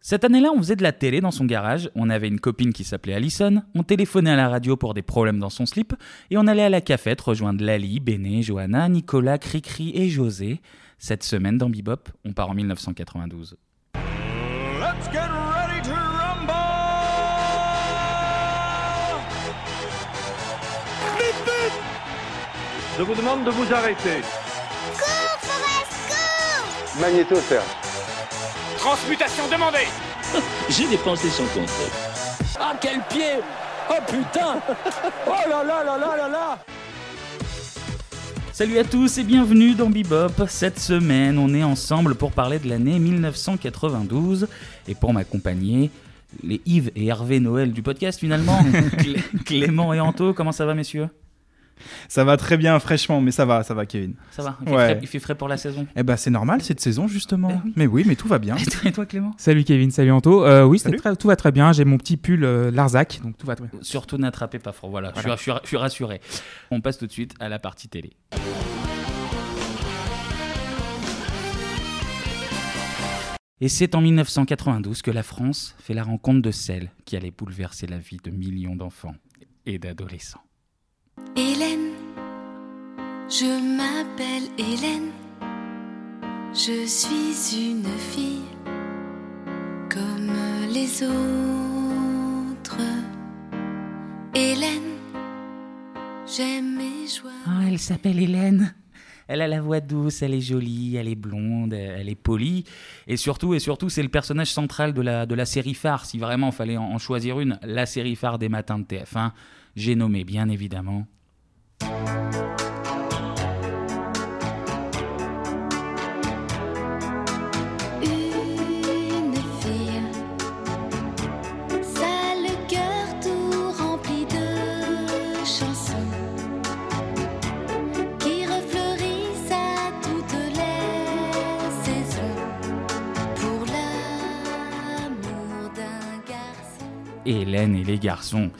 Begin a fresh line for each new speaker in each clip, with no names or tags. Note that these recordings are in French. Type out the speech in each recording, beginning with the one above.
Cette année-là, on faisait de la télé dans son garage, on avait une copine qui s'appelait Allison, on téléphonait à la radio pour des problèmes dans son slip, et on allait à la cafette rejoindre Lali, Béné, Johanna, Nicolas, Cricri et José. Cette semaine dans Bebop, on part en 1992.
Let's get ready to rumble!
Je vous demande de vous arrêter.
Magnétosphère.
Transmutation demandée!
J'ai dépensé son compte. Ah quel pied Oh putain Oh là là là là là là
Salut à tous et bienvenue dans Bebop. Cette semaine, on est ensemble pour parler de l'année 1992 et pour m'accompagner, les Yves et Hervé Noël du podcast finalement, Clé- Clément et Anto, comment ça va messieurs
Ça va très bien, fraîchement, mais ça va, ça va, Kevin.
Ça va il fait,
Ouais.
frais, il fait frais pour la saison.
Eh ben, c'est normal cette saison, justement.
Ben oui.
Mais oui, mais tout va bien.
Et toi, et toi, Clément
Salut Kevin, salut Anto. Euh, oui, c'est
Salut.
très- tout va très bien. J'ai mon petit pull euh, Larzac, donc tout va très bien.
Surtout n'attrapez pas fort, voilà, je suis- Je, suis, je suis rassuré. On passe tout de suite à la partie télé. Et c'est en 1992 que la France fait la rencontre de celle qui allait bouleverser la vie de millions d'enfants et d'adolescents.
Hélène, je m'appelle Hélène, je suis une fille comme les autres. Hélène, j'aime mes joies.
Ah, elle s'appelle Hélène. Elle a la voix douce, elle est jolie, elle est blonde, elle est polie. Et surtout, et surtout c'est le personnage central de la, de la série phare. Si vraiment fallait en, en choisir une, la série phare des matins de TF1, j'ai nommé bien évidemment
Une fille, ça le cœur tout rempli de chansons qui refleurissent à toutes les saisons pour l'amour d'un garçon.
Hélène et les garçons.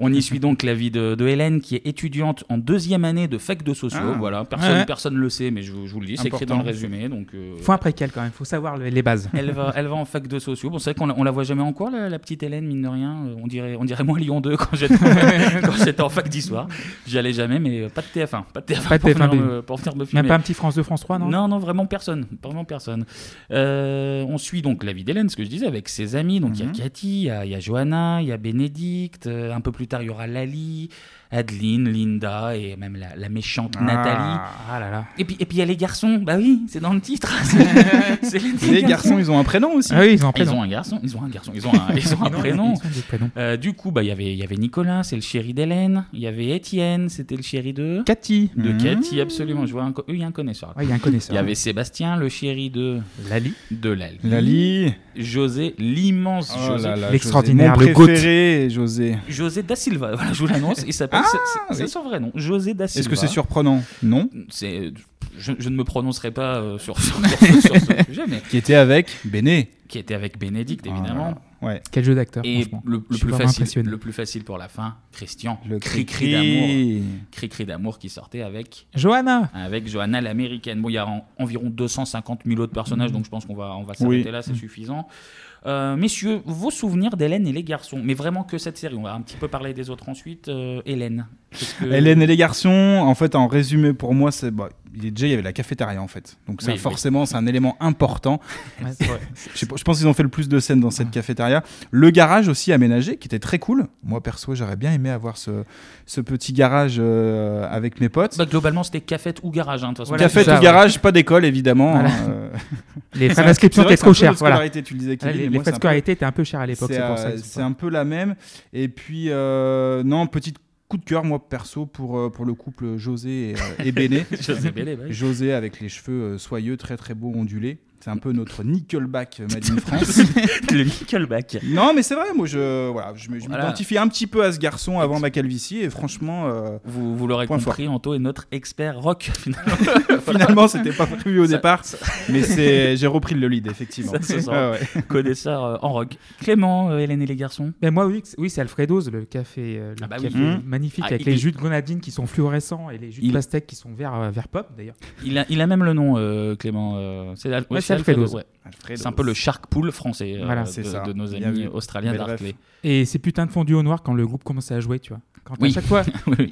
On y suit donc la vie de, de Hélène qui est étudiante en deuxième année de fac de sociaux.
Ah.
Voilà, personne ne
Ouais.
personne le sait, mais je, vous- je vous le dis, c'est écrit dans le
Important.
résumé. Donc, euh,
Faut un préquel quand même, faut savoir le- les bases.
elle va, elle va en fac de sociaux. Bon, c'est vrai qu'on la- on la voit jamais en cours, la, la petite Hélène, mine de rien. Euh, On dirait, on dirait moi Lyon 2 quand j'étais quand j'étais en fac d'histoire. J'y allais jamais, mais euh, pas de TF1. Pas de TF1,
Pas de
pour,
TF1,
venir
mais-
me, pour venir me
Même
filmer.
pas un petit France 2, France 3, non
Non, non, vraiment personne. Vraiment personne. Euh, on suit donc la vie d'Hélène, ce que je disais, avec ses amis. Donc il
Mhm.
y a Cathy, il y a- il y, a Johanna, il y a Bénédicte. euh, un peu plus tard, il y aura Lali, Adeline, Linda et même la, la méchante
Ah.
Nathalie.
Ah là là.
Et puis, et puis il y a les garçons. Bah oui, c'est dans le titre. C'est- c'est
Les garçons, ils ont un prénom aussi.
Ah oui, ils ont un
Ils
prénom.
ont un garçon, ils ont un garçon, ils ont un, ils ont un
Ils ont-
prénom.
ils ont des prénoms.
Euh, du coup, bah, il y avait- il y avait Nicolas, c'est le chéri d'Hélène. Il y avait Étienne, c'était le chéri de...
Cathy.
De
Mhm.
Cathy, absolument. Je vois un, co- oui, il y a un connaisseur.
Ouais, il y a un connaisseur.
Il y avait Sébastien, le chéri de
Lali.
de Lali.
Lali.
José, l'immense
Oh
José.
là là,
L'extraordinaire,
José.
le
Mon
goat.
préféré, José.
José da Silva, voilà, je vous l'annonce, il s'appelle. c'est- c'est- c'est
Ah, oui.
son vrai nom, José da Silva.
Est-ce que c'est surprenant Non.
C'est- je, je ne me prononcerai pas euh, sur, sur- sur- sur ce sujet, mais
Qui était avec Béné.
qui était avec Bénédicte, évidemment.
Ah, ouais.
Quel jeu d'acteur,
Et
franchement.
le, le
Je suis
plus
vraiment
facile,
impressionné.
le plus facile pour la fin, Christian,
Le
cri-cri d'amour. Cri-cri d'amour qui sortait avec
Johanna
avec Johanna l'américaine. Bon, il y a en- environ 250 000 autres
Mm.
personnages, donc je pense qu'on va, on va s'arrêter
Oui.
là, c'est suffisant. Euh, messieurs, vos souvenirs d'Hélène et les garçons, mais vraiment que cette série. On va un petit peu parler des autres ensuite. Euh, Hélène. qu'est-ce que-
Euh. Hélène et les garçons, en fait, en résumé, pour moi, c'est. bah, il y a- déjà, il y avait la cafétéria, en fait. Donc, ça,
Oui,
forcément, c'est un élément important.
Ouais.
Je, sais pas- je pense qu'ils ont fait le plus de scènes dans cette cafétéria. Le garage aussi aménagé, qui était très cool. Moi, perso, j'aurais bien aimé avoir ce, ce petit garage euh, avec mes potes.
Bah, globalement, c'était cafette ou garage, hein, de toute façon.
Voilà,
Café
c'est ça,
ou garage, pas d'école évidemment.
Voilà.
Euh,
Les
c'est
frais
un-
d'inscription
c'est vrai que c'est un
étaient trop
peu
chères.
de
Voilà.
scolarité, tu le disais, Kevin,
Les
mais
les
moi,
frais de
c'est un peu-
scolarité étaient un peu chers à l'époque, c'est
euh,
pour ça. ils
C'est
sont pas-
un peu la même. Et puis, euh, non, petit coup de cœur, moi perso, pour, euh, pour le couple José et, euh, et Béné.
José Bellé, bah oui.
José avec les cheveux euh, soyeux, très très beaux, ondulés. C'est un peu notre Nickelback euh, Made in France.
le Nickelback.
non, mais c'est vrai, moi je voilà, je me- je
Voilà.
m'identifie un petit peu à ce garçon avant ma calvitie et franchement, euh,
Vous, vous l'aurez
Point
compris, Anto est notre expert rock, finalement.
finalement, c'était pas prévu au
Ça-
départ, mais c'est j'ai repris le lead effectivement.
Ça se sent.
Ah ouais.
Connaisseur euh, en rock. Clément, euh, Hélène et les garçons.
Ben moi, oui, oui c'est Alfredo's, le café, euh, le
Ah bah oui.
café
Mmh.
magnifique
Ah,
avec
il-
les jus de grenadine qui sont fluorescents et les jus de
Il-
pastèque qui sont vert, euh, vert pop d'ailleurs.
Il a, il a même le nom, euh, Clément. euh, c'est Al- ouais,
Ouais, c'est Alfredo's.
ouais. C'est un peu le shark pool français euh,
Voilà,
c'est
de,
ça.
de nos
Bien
amis
vu.
australiens
Belle ref.
d'Arclay.
Et ces putains de fondus au noir quand le groupe commençait à jouer, tu vois. Quand
Oui.
à chaque fois,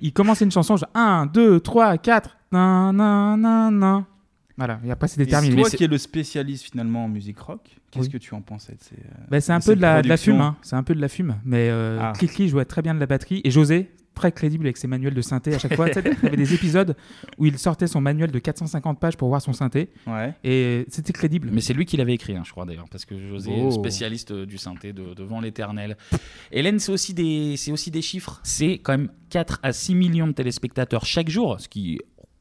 il commençait une chanson, genre 1, 2, 3, 4, nan, nan, nan, nan. Voilà, et après c'était
Et
terminé.
toi
c'est-
qui es le spécialiste finalement en musique rock, qu'est-ce
Oui.
que tu en pensais de ces, euh,
Bah, c'est un
de
peu
ces
de la, de la
productions
fume, hein. c'est un peu de la fume. Mais euh,
Ah.
Kiki jouait très bien de la batterie et José, très crédible avec ses manuels de synthé à chaque fois. Tu sais, il y avait des épisodes où il sortait son manuel de 450 pages pour voir son synthé
Ouais.
et euh, c'était crédible.
Mais c'est lui qui l'avait écrit, hein, je crois d'ailleurs, parce que José est
Oh.
spécialiste euh, du synthé de- devant l'éternel. Hélène, c'est aussi, des, c'est aussi des chiffres. C'est quand même 4 à 6 millions de téléspectateurs chaque jour, ce qui,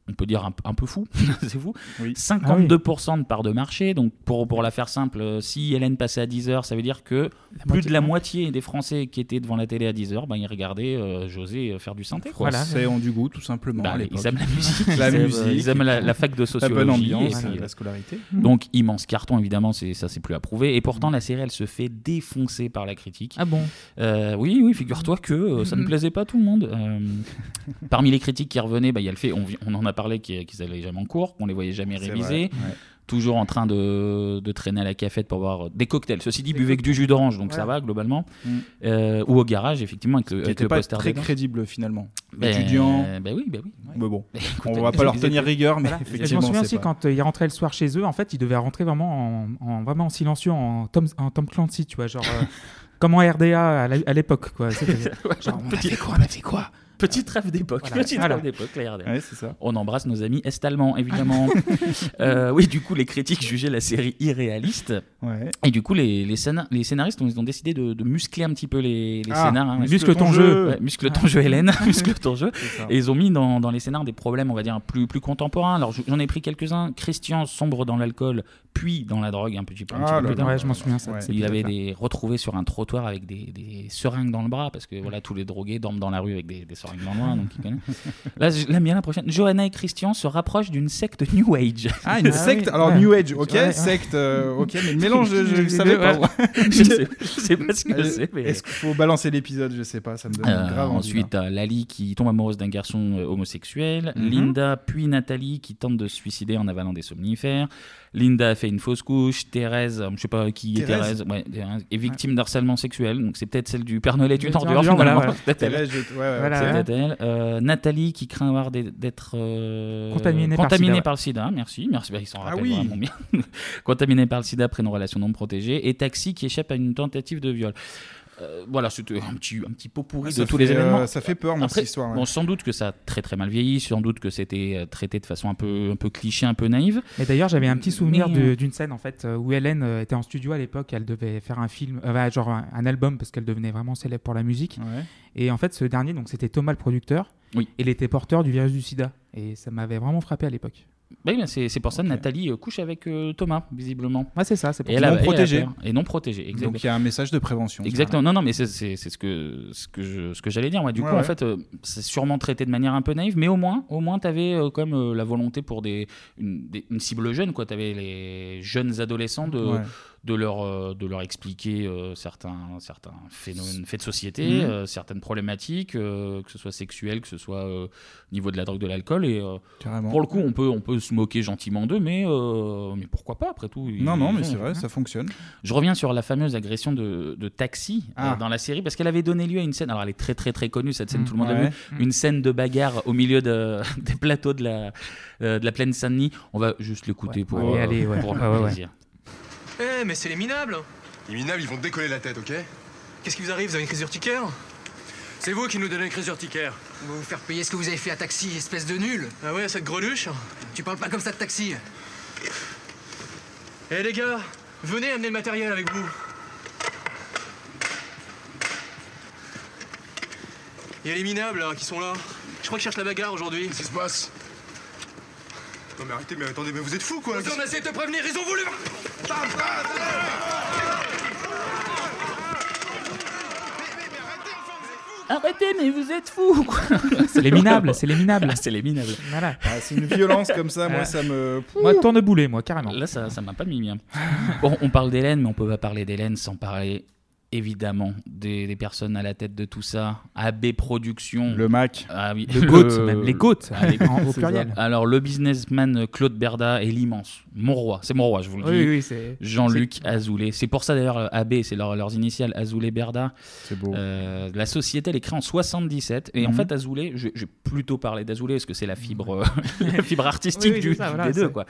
on peut dire, un, p- un peu fou. c'est fou.
Oui.
52% de part de marché. Donc, pour, pour la faire simple, euh, si Hélène passait à 10 heures, ça veut dire que plus de la moitié des Français qui étaient devant la télé à 10 heures, ben, ils regardaient euh, José euh, faire du synthé. quoi.
Voilà.
Français ont du goût tout simplement
Ben,
à l'époque.
ils aiment la musique,
La
ils aiment,
musique.
ils aiment la, la fac de
La
sociologie.
bonne
et
ambiance,
puis,
euh,
euh,
la scolarité.
donc immense carton évidemment, c'est ça c'est plus à prouver. Et pourtant la série elle se fait défoncer par la critique.
Ah bon
Euh, oui oui figure-toi que euh, ça ne plaisait pas à tout le monde. Euh, parmi les critiques qui revenaient, bah, il y a le fait on, vi- on en a parlé qu'ils qu'ils allaient jamais en cours, qu'on les voyait jamais
C'est
réviser,
vrai, ouais.
toujours en train de, de traîner à la cafette pour boire des cocktails. Ceci dit buvez que du jus d'orange donc ça
Voilà.
va globalement.
Mm.
Euh, ou au garage effectivement avec le,
Qui
avec
n'était
le
pas
Euh, poster
très
des gants.
crédible finalement.
Ben,
Étudiant.
ben oui ben oui. ouais.
Mais bon, on
Écoutez,
va pas leur
ils étaient-
tenir rigueur, mais
Voilà. Et je
effectivement.
me souviens
c'est
aussi
pas-
quand euh, il rentrait le soir chez eux, en fait, il devait rentrer vraiment en, en- vraiment en silencieux, en Tom, en Tom Clancy, tu vois, genre euh, comme en RDA à la- à l'époque, quoi. C'était- genre, on a fait quoi, on a fait quoi
Petite rêve d'époque.
Voilà.
Petite
Voilà.
rêve d'époque la RDA.
Ouais, c'est ça.
On embrasse nos amis est-allemands, évidemment. Euh, oui, du coup, les critiques jugeaient la série irréaliste.
Ouais.
Et du coup, les, les, scénar- les scénaristes ont, ils ont décidé de, de muscler un petit peu les, les
Ah,
scénars. hein.
muscle ton jeu.
Ouais, muscle ton jeu, Hélène. muscle ton jeu.
c'est ça.
Et ils ont mis dans, dans les scénars des problèmes, on va dire, plus, plus contemporains. Alors, je- j'en ai pris quelques-uns. Christian sombre dans l'alcool, puis dans la drogue, un petit peu, un petit
Ah
peu hein.
là
plus tard.
Ouais, je m'en souviens, ça.
Ouais.
c'est
Il
bizarre,
avait
ça.
des retrouvés sur un trottoir avec des, des seringues dans le bras parce que voilà tous les drogués dorment dans la rue avec des, des seringues dans le bras donc ils connaissent. Là je- la mienne la prochaine Johanna et Christian se rapprochent d'une secte New Age.
Ah, une
Ah
secte.
oui.
Alors,
Ouais.
New Age, ok.
Ouais, ouais.
Secte, euh, ok. Mais le mélange, je, je
Les
savais
deux,
pas.
ouais.
moi.
je, sais, je sais pas ce que c'est mais
Est-ce qu'il faut balancer l'épisode Je sais pas. Ça me donne
Euh,
grave envie,
ensuite t'as Lali qui tombe amoureuse d'un garçon euh, homosexuel,
Mhm.
Linda puis Nathalie qui tente de se suicider en avalant des somnifères, Linda a fait une fausse couche, Thérèse euh, je sais pas qui est
Thérèse
Thérèse ouais, Thérèse, est victime d'harcèlement sexuel donc c'est peut-être celle du Père Noël et du
Du
Nord
Nord du Nord, voilà, voilà.
là. Thérèse, hein. je- ouais, ouais,
Voilà.
c'est-
C'est peut-être elle. Euh, Nathalie qui craint avoir des- d'être euh,
Contaminée par le
contaminée
sida,
par le sida. Merci, merci. Bah, ils s'en
Ah
rappellent
oui.
vraiment bien. contaminée par le sida après une relation non protégée. Et Taxi qui échappe à une tentative de viol. Euh, voilà, c'était un petit, un petit pot pourri de
Ça
tous
fait,
les événements.
euh, ça fait peur, moi,
Après,
cette histoire. ouais.
Bon, sans doute que ça a très très mal vieilli, sans doute que c'était euh, traité de façon un peu, un peu cliché, un peu naïve.
Et d'ailleurs, j'avais un petit souvenir
Mais, euh,
de- d'une scène en fait euh, où Hélène euh, était en studio à l'époque. Elle devait faire un film, euh, bah, genre un, un album, parce qu'elle devenait vraiment célèbre pour la musique.
Ouais.
Et en fait, ce dernier, donc c'était Thomas le producteur.
Mm. Oui.
Et il était porteur du virus du sida. Et ça m'avait vraiment frappé à l'époque.
Bah Oui, mais c'est c'est pour ça que Nathalie euh, couche avec euh, Thomas, visiblement.
Ouais, c'est ça. C'est pour
Et
ça.
elle a-
Non
elle a
protégée.
peur. Et non protégée, exactement.
Donc, il y a un message de prévention.
Exactement. Non, non, mais c'est c'est- c'est ce que ce que je ce que j'allais dire. Ouais, du
Ouais,
coup, en
ouais.
fait, euh, c'est sûrement traité de manière un peu naïve, mais au moins, au moins, t'avais euh, quand même euh, la volonté pour des une, des- une cible jeune, quoi. T'avais les jeunes adolescents de
Ouais.
de leur euh, de leur expliquer euh, certains certains phénomènes faits de société,
Mhm.
euh, certaines problématiques, euh, que ce soit sexuelles, que ce soit euh, au niveau de la drogue, de l'alcool. Et euh,
Carrément.
pour le coup, on peut on peut se moquer gentiment d'eux, mais euh, mais pourquoi pas après tout. ils-
Non, non, mais
ils hein. ont-
c'est vrai, ça fonctionne.
je reviens sur la fameuse agression de, de taxi euh,
Ah.
dans la série parce qu'elle avait donné lieu à une scène. Alors elle est très très très connue cette scène,
Mm,
tout le monde l'a
ouais.
vu. Une scène de bagarre au milieu de, des plateaux de la, euh, de la plaine Saint-Denis. On va juste l'écouter
Ouais.
pour,
Allez,
euh,
allez, ouais.
pour le
Ouais, ouais, ouais.
plaisir.
Eh, mais c'est les minables
Les minables, ils vont te décoller la tête, ok
Qu'est-ce qui vous arrive Vous avez une crise urticaire
C'est vous qui nous donnez une crise urticaire.
On va vous faire payer ce que vous avez fait à Taxi, espèce de nul Ah ouais, cette greluche Tu parles pas comme ça de Taxi Eh les gars, venez amener le matériel avec vous Il y a les minables là, qui sont là. Je crois qu'ils cherchent la bagarre aujourd'hui.
Qu'est-ce qui se passe Non, mais arrêtez, mais attendez, mais vous êtes fous, quoi
On a essayé de te prévenir, ils ont voulu
Arrêtez, mais vous êtes fous quoi.
C'est les minables. C'est les minables.
Là, c'est les minables.
Voilà.
Ah, c'est une violence comme ça, moi,
Euh.
Ouais.
ça me.
Moi, tourne boulet, moi, carrément.
Là, ça ça m'a pas mis bien. Bon, on parle d'Hélène, mais on peut pas parler d'Hélène sans parler évidemment des, des personnes à la tête de tout ça. AB Productions.
Le Mac.
Ah oui.
Le goat, même les goats,
Ah, les
en- au
C'est
pluriel.
Alors, le businessman Claude Berda est l'immense. Mon roi, c'est mon roi, je vous le dis.
Oui, oui, c'est.
Jean-Luc Azoulay. C'est pour ça d'ailleurs euh, AB, c'est leur- leurs initiales Azoulay Berda.
C'est
Oh.
beau.
Euh, la société, elle est créée en 77. Et en
Mhm.
fait, Azoulay, je, je vais plutôt parler d'Azoulay parce que c'est la fibre, euh, la fibre artistique
Mhm. Oui, oui,
du,
c'est ça,
du-
voilà,
des deux.
c'est-
Quoi.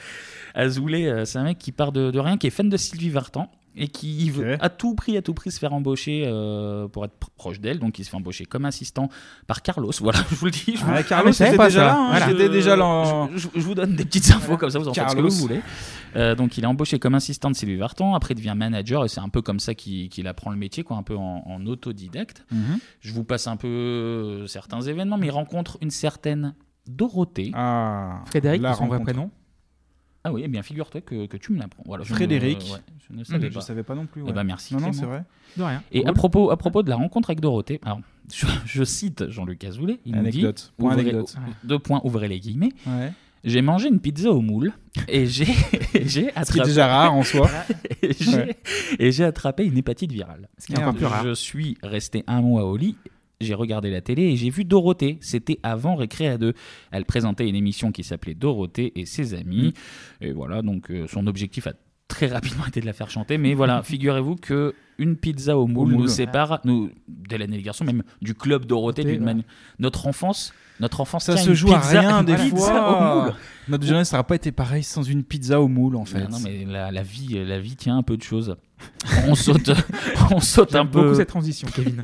Azoulay, euh, c'est un mec qui part de, de rien, qui est fan de Sylvie Vartan et qui veut
Ok.
à tout prix, à tout prix se faire embaucher euh, pour être pr- proche d'elle. Donc, il se fait embaucher comme assistant par Carlos. Voilà, je vous le dis. je vous-
Ah,
Ah, mais
Carlos,
je savais
j'étais
pas
déjà
ça.
là. hein,
Voilà.
j'étais déjà là. en-
je, je- je vous donne des petites infos comme ça, vous en faites ce que
Carlos.
vous voulez. Euh, donc, il est embauché comme assistant de Sylvie Vartan. Après, il devient manager et c'est un peu comme ça qu'il qu'il apprend le métier, quoi, un peu en, en autodidacte.
Mhm.
Je vous passe un peu euh, certains événements, mais il rencontre une certaine Dorothée. Ah,
Ah,
Frédéric,
la
c'est son vrai
rencontre.
prénom.
oui, eh bien, figure-toi que, que tu me l'apprends. Voilà, je ne-
Frédéric.
ouais, je ne
Je
savais
je
pas.
savais pas non plus.
Eh
ouais.
ben, merci.
non, non,
Clément.
c'est vrai.
De rien.
Et à
Cool.
propos, à propos de la rencontre avec Dorothée, alors, je, je cite Jean-Luc Azoulay. Il nous dit
Anecdote. Point
ouvrez-
anecdote.
deux points, ouvrez les guillemets.
Ouais.
J'ai mangé une pizza au moule et j'ai et j'ai
Ce qui est
attrapé,
déjà rare en soi.
et j'ai-
Ouais.
et j'ai attrapé une hépatite virale.
Ce qui est encore
Merde.
plus rare.
Je suis resté un mois au lit. J'ai regardé la télé et j'ai vu Dorothée. C'était avant Récré à deux. Elle présentait une émission qui s'appelait Dorothée et ses amis. Et voilà, donc euh, son objectif a très rapidement été de la faire chanter. Mais voilà, figurez-vous que une pizza au moule,
moule.
nous sépare, nous, Hélène et les garçons, même du club Dorothée,
Dorothée,
d'une
ouais.
manière. Notre enfance, notre enfance,
Ça
tiens,
se
une
joue à
pizza-
rien
une
des
pizza au moule.
fois. Notre jeunesse n'aurait pas été pareille sans une pizza au moule en fait.
Non, non, mais la, la vie, la vie tient un peu de choses. On saute, on saute un
J'aime beaucoup
peu,
cette transition, Kevin.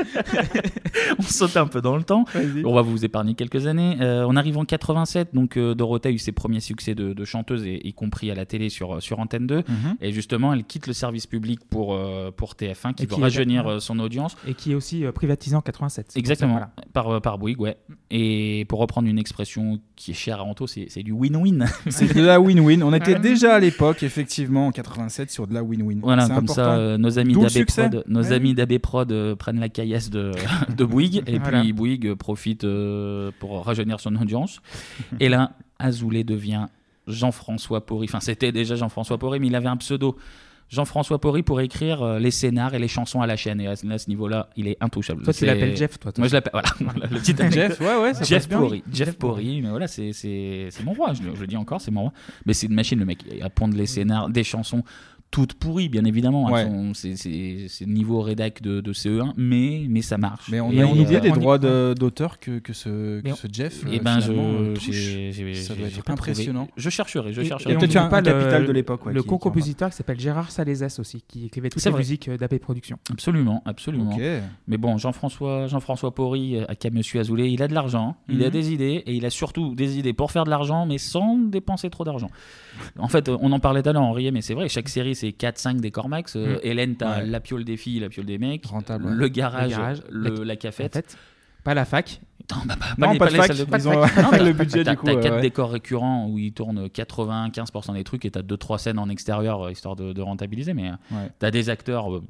on saute un peu dans le temps.
Vas-y.
On va vous épargner quelques années. Euh, on arrive en 87, donc euh, Dorothée a eu ses premiers succès de, de chanteuse, et, y compris à la télé sur, euh, sur Antenne 2.
Mhm.
Et justement, elle quitte le service public pour, euh, pour TF1, qui
Et
veut
qui est-
rajeunir euh, son audience.
Et qui est aussi euh, privatisé en 87.
Exactement,
Voilà.
par, euh, par Bouygues, ouais. Et pour reprendre une expression qui est chère à Anto, c'est c'est du win-win.
C'est de la win-win. On était déjà à l'époque, effectivement, en 87, sur de la win-win.
Voilà,
C'est
comme ça,
important.
euh, nos amis
D'où le
d'AB
succès.
Prod, nos
Ouais.
amis d'AB Prod euh, prennent la caillasse de, de Bouygues, et
Voilà.
puis Bouygues profite euh, pour rajeunir son audience. Et là, Azoulay devient Jean-François Porry. Enfin, c'était déjà Jean-François Porry, mais il avait un pseudo. Jean-François Porry pour écrire euh, les scénars et les chansons à la chaîne. Et à ce, à ce niveau-là, il est intouchable.
Toi, tu
C'est-
l'appelles Jeff, toi. toi.
Moi, je l'appelle. Voilà, voilà, le petit anecdote.
Jeff, ouais, ouais, ça
euh, Jeff
passe bien.
Porry, Jeff Porry, mais voilà, c'est c'est- c'est mon roi, je, le- je le dis encore, c'est mon roi. Mais c'est une machine, le mec, à pondre les scénars, des chansons toutes pourries, bien évidemment. Elles
Ouais.
sont- c'est- C'est c'est niveau rédac de, de CE1, mais, mais ça marche.
Mais on
Et
a une idée
euh,
des
on y-
droits de- d'auteur que, que ce, que
Mais on-
ce
Et
Jeff. euh,
ben,
finalement, euh,
je.
touche.
j'ai- j'ai-
Ça
j'ai-
doit
j'ai
être
pas trouvé.
impressionnant.
Je chercherai, je
Et-
chercherai.
et on
Peut-être
n'oublie
un-
pas
un
le-
capital de l'époque, ouais,
le
qui- qui en parle.
co-compositeur qui s'appelle Gérard Salézas aussi, qui écrivait toutes
C'est
les
vrai.
musiques euh, d'AP Productions.
Absolument, absolument.
Ok.
Mais bon, Jean-François Jean-François Porry, euh, à qui Monsieur Azoulay, il a de l'argent, il a
Mhm.
des idées, et il a surtout des idées pour faire de l'argent, mais sans dépenser trop d'argent. En fait, euh, on en parlait tout à l'heure, on riait, mais c'est vrai, chaque série, c'est 4-5 des Cormax. Euh,
Mhm.
Hélène, t'as
Ouais.
la piole des filles, la piole des mecs,
Rentable. ouais.
le garage,
Le garage,
le-
la-
la
En
cafette.
fait, pas la fac.
Attends, bah, bah,
Non,
les-
pas de
les
fac.
salles de-
Ils ont
Non, t'as-
le budget
t'as-
du coup.
T'as
ouais,
4
ouais.
décors récurrents où ils tournent 95% des trucs et t'as 2-3 scènes en extérieur euh, histoire de, de rentabiliser. Mais tu
Ouais.
t'as des acteurs euh,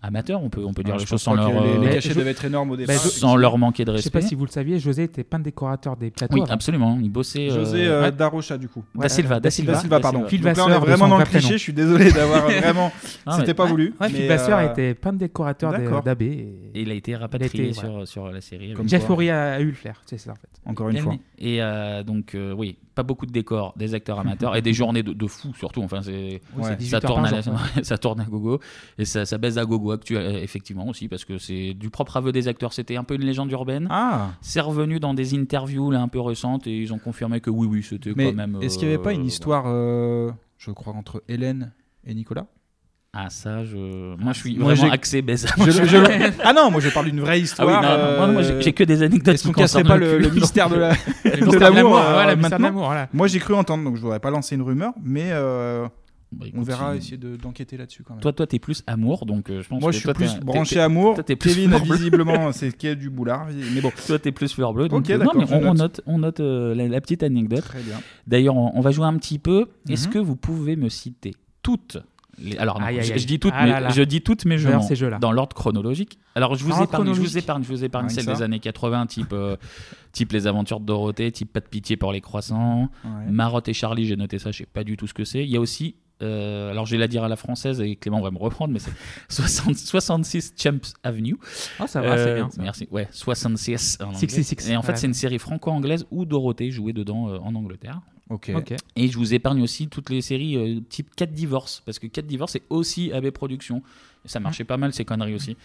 amateurs, on peut, on peut dire
Ouais,
les
je
choses sans
pense pas
leur,
que les- Les
euh,
cachets
Bah, je-
devaient être énormes au départ.
sans leur manquer de
Je sais pas
respect.
si vous hein. le saviez, José était peintre décorateur des plateaux.
Oui,
avant.
absolument. Il bossait. euh,
José euh,
ouais,
Darocha du coup.
Da Silva, Da Silva.
Da Silva, pardon.
Phil
Donc là, on est
Vasseur de
vraiment
son
dans le
vrai prénom.
cliché. Je suis désolé d'avoir vraiment.
Non, mais-
C'était pas voulu.
Ouais, Phil
mais,
Vasseur
euh,
était peintre décorateur des-
d'accord.
d'AB.
Et
Et...
il a été rapatrié
Il a été,
sur, sur la série.
Comme
Jeff
quoi.
Horry a a eu le flair, c'est ça en fait.
Encore une fois.
Et euh, donc, euh, oui, pas beaucoup de décors, des acteurs amateurs et des journées de, de fous surtout. Enfin, c'est.
Oui, c'est
Ouais.
18
Ça
heures par
tourne, à
jour,
la-
quoi.
ça tourne à gogo et ça, ça baisse à gogo actuel, euh, effectivement aussi parce que c'est du propre aveu des acteurs. C'était un peu une légende urbaine.
Ah.
C'est revenu dans des interviews là, un peu récentes et ils ont confirmé que oui, oui, c'était
Mais
quand même.
est-ce qu'il n'y avait pas
euh,
une
bon.
histoire, euh, je crois, entre Hélène et Nicolas
Ah, ça, je. Moi, je suis
Moi,
vraiment
j'ai-
axé baise.
Je- je- Ah non, moi je parle d'une vraie
Ah
histoire. euh,
oui, non, non, moi, moi, j'ai- j'ai que des anecdotes
Est-ce
qui
qu'on casserait
concernent
pas le, le
cul.
mystère de la-
Le mystère de
l'amour,
l'amour,
euh,
voilà, le mystère de
maintenant.
l'amour, voilà.
Moi j'ai cru entendre, donc je voudrais pas lancer une rumeur, mais euh,
Bah,
on
écoute,
verra
il-
essayer de- d'enquêter là-dessus quand même.
Toi, toi, t'es plus amour, donc euh, je pense
moi
que
je suis
toi,
plus
t'es-
branché
t'es-
amour.
toi, t'es plus
Kevin,
fleur bleue.
visiblement, c'est ce qui est du boulard. Mais bon,
Toi, t'es plus fleur bleue. Donc,
Ok,
euh, non,
d'accord,
mais
je
on, on
note.
note, on note euh, la, la petite anecdote.
très bien.
D'ailleurs, on, on va jouer un petit peu. Est-ce
Mhm.
que vous pouvez me citer toutes les... Alors, non,
Aïe, aïe,
je,
aïe.
je dis toutes,
Ah
mais
là là.
je dis toutes, mais je
J'adore
mens.
ces jeux-là.
Dans l'ordre chronologique. Alors, je vous
Dans l'ordre
épargne, je vous
chronologique.
épargne, je vous épargne
Rien que
celle
ça.
des années 80, type, euh, type les aventures de Dorothée, type pas de pitié pour les croissants,
Ouais.
Marotte et Charlie. J'ai noté ça, je sais pas du tout ce que c'est. Il y a aussi euh, alors je vais la dire à la française et Clément va me reprendre, mais c'est 60 66 Champs Avenue.
Ah, ça va, c'est
Euh,
bien. ça.
Merci. Ouais, 66 en anglais.
66,
Et en fait,
ouais.
c'est une série franco-anglaise où Dorothée jouait dedans euh, en Angleterre.
Ok.
Ok.
Et je vous épargne aussi toutes les séries euh, type 4 divorces, parce que 4 divorces c'est aussi AB Productions. Et ça marchait pas mal ces conneries aussi.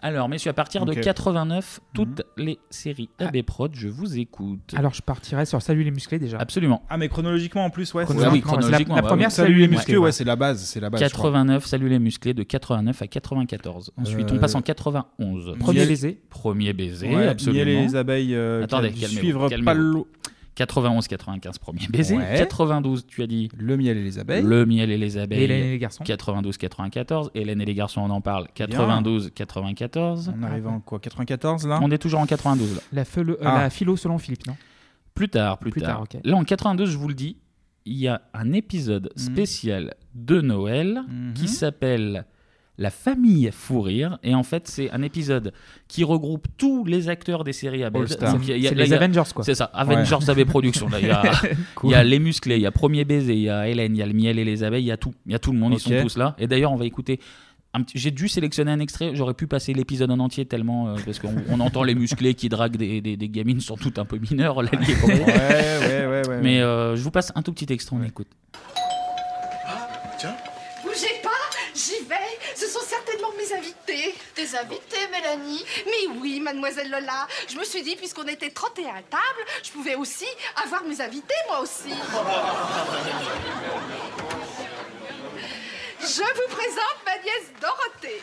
Alors, messieurs, à partir
Ok.
de 89, toutes
Mhm.
les séries
Ah.
AB Prod, je vous écoute.
Alors, je partirais sur Salut les musclés déjà.
Absolument.
Ah, mais chronologiquement en plus, ouais.
Ah oui,
Chronologiquement, c'est la-
chronologiquement,
La,
bah
première,
oui.
Salut les musclés,
musclés,
ouais, c'est la base, c'est la base. Bah, je crois.
89, Salut les musclés, de 89 à 94. Ensuite,
Euh,
on passe en 91.
Premier
Miel-
baiser.
Premier baiser,
Ouais,
absolument.
Miel et les abeilles euh, qui
Attendez,
a dû
calmez-vous,
suivre
calmez-vous.
pas l'eau.
91-95, premier baiser.
Ouais.
92, tu as dit
Le miel et les abeilles.
Le miel et les
Et
abeilles.
les, les garçons.
92-94. Hélène et les garçons, on en parle. 92-94.
On arrive en quoi 94 là
On est toujours en 92 là.
La, feu- le- euh,
Ah.
la philo selon Philippe, non
Plus tard, plus,
Plus
tard.
tard, ok.
Là, en 92, je vous le dis, il y a un épisode
Mhm.
spécial de Noël
Mhm.
qui s'appelle La famille fou rire. Et en fait, c'est un épisode qui regroupe tous les acteurs des séries AB.
All Star.
Donc, il y a- il y a-
C'est
là, il
les
y a-
Avengers, quoi.
C'est ça, Avengers AB Productions. là. Il y a- il y a Les Musclés, il y a Premier Baiser, il y a Hélène, il y a Le Miel et les Abeilles, il y a tout. Il y a tout le monde, ils
Ok.
sont tous là. Et d'ailleurs, on va écouter. un petit- J'ai dû sélectionner un extrait, j'aurais pu passer l'épisode en entier tellement. euh, parce qu'on on entend les musclés qui draguent des, des, des gamines, sont toutes un peu mineures, là, les
Ouais, ouais, ouais, ouais.
Mais euh, je vous passe un tout petit extrait, on écoute.
Bougez pas, j'y vais. Ce sont certainement mes invités. Tes invités, Mélanie Mais oui, mademoiselle Lola. Je me suis dit, puisqu'on était 31 à table, je pouvais aussi avoir mes invités, moi aussi. Je vous présente ma nièce Dorothée.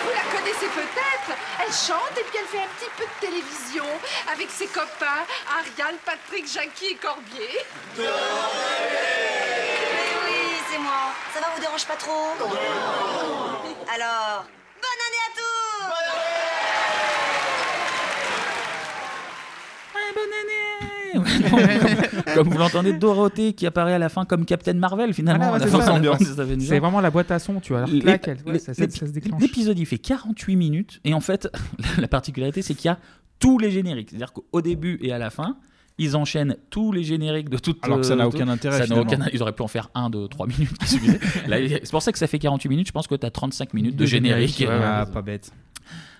Vous la connaissez peut-être. Elle chante et puis elle fait un petit peu de télévision avec ses copains Ariane, Patrick, Jackie et Corbier.
Oui, c'est moi. Ça va, vous dérange pas trop Alors, bonne année à tous
Comme vous l'entendez, Dorothée qui apparaît à la fin comme Captain Marvel finalement.
Voilà, ouais,
à la
c'est
fin,
ça,
à la
l'ambiance.
fin, ça fait une
C'est vraiment la boîte à son, tu vois. Alors,
Les-
clac, elle- ouais,
les-
ça, ça-
les-
ça se déclenche.
L'épisode, il fait 48 minutes. Et en fait, la, la particularité, c'est qu'il y a tous les génériques. C'est-à-dire qu'au début et à la fin, ils enchaînent tous les génériques de toutes.
Alors que ça
euh,
n'a
tout-
aucun intérêt.
ça n'a
finalement.
aucun Ils auraient pu en faire un, deux, trois minutes. qui suffisaient. Là, il y a- c'est pour ça que ça fait 48 minutes. Je pense que tu as 35 minutes de,
De
générique.
générique, ouais,
Euh,
Ah, pas bête.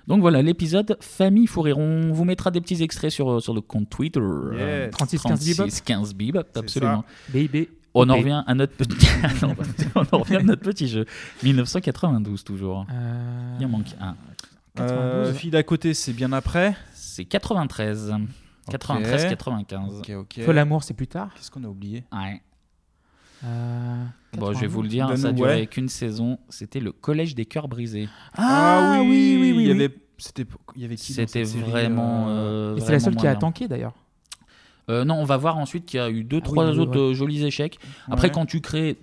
Donc voilà, l'épisode Famille Fourriron. On vous mettra des petits extraits sur, euh, sur le compte Twitter. euh,
36 15 Bebop.
36 15 Bebop,
ça.
absolument.
Baby.
On en
Ok.
revient à notre petit, Ah Non, on en revient à notre petit jeu. 1992 toujours.
Euh,
Il en manque un.
Euh,
92.
fille d'à côté, c'est bien après.
C'est 93. 93, 95.
Ok, ok.
Feu l'amour, c'est plus tard.
Qu'est-ce qu'on a oublié
Ouais.
Euh,
Bon, je vais vous le dire,
Donne-nous,
ça durait
ouais.
qu'une saison. C'était le collège des cœurs brisés.
Ah, oui, oui,
Il
oui.
y
oui.
avait, c'était, il y avait qui dans
C'était
cette série,
vraiment.
euh,
euh,
Et c'est la
vraiment
seule qui a
moyen.
tanké d'ailleurs.
Euh, non, on va voir ensuite qu'il y a eu deux,
Ah
trois
oui,
autres
ouais.
euh, jolis échecs. Après,
Ouais.
quand tu crées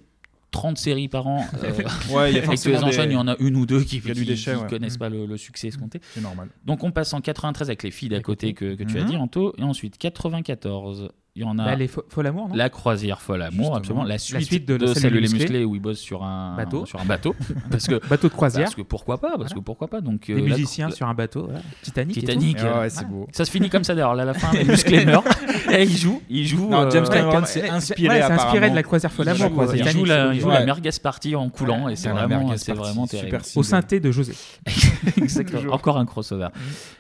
30 séries par an euh,
Ouais, il y a
et que tu
forcément
les enchaînes, il
des-
y en a une ou deux qui
Il y a du
qui-
déchet,
qui
ouais.
connaissent
Mm.
pas le, le succès escompté.
C'est normal.
Donc, on passe en 93 avec les filles d'à côté que, que tu as
Mhm.
dit, Anto. Et ensuite, 94, il y en a.
Bah, les Feu Feu l'amour, non
Ah. La croisière folle amour,
Justement.
absolument. La suite,
suite
de,
de
Salut,
Salut
les
les
musclés,
Musclés,
où ils bossent sur un
Bateau.
Sur un bateau parce que
Bateau de croisière.
parce que pourquoi pas, parce que pourquoi pas. Donc
Des
euh, la-
musiciens
la-
sur un bateau. voilà. Titanic. et tout.
Titanic.
Ah
euh,
ouais, c'est beau.
Ça se finit comme ça d'ailleurs. Là, à la fin, les musclés meurent. Et ils jouent, ils jouent.
Non, James
euh,
Ouais,
Cameron
comme-
s'est
ouais,
inspiré,
ouais, c'est inspiré de
apparemment.
la croisière folle
ils
amour.
joue,
quoi,
ouais.
c'est
ils jouent
Titanic,
la,
c'est
ils jouent
le-
Ouais.
la merguez party en coulant et c'est
Dans la
vraiment,
merguez
c'est
party,
vraiment
super
terrible.
single.
Au synthé de José.
Exactement. Encore un crossover.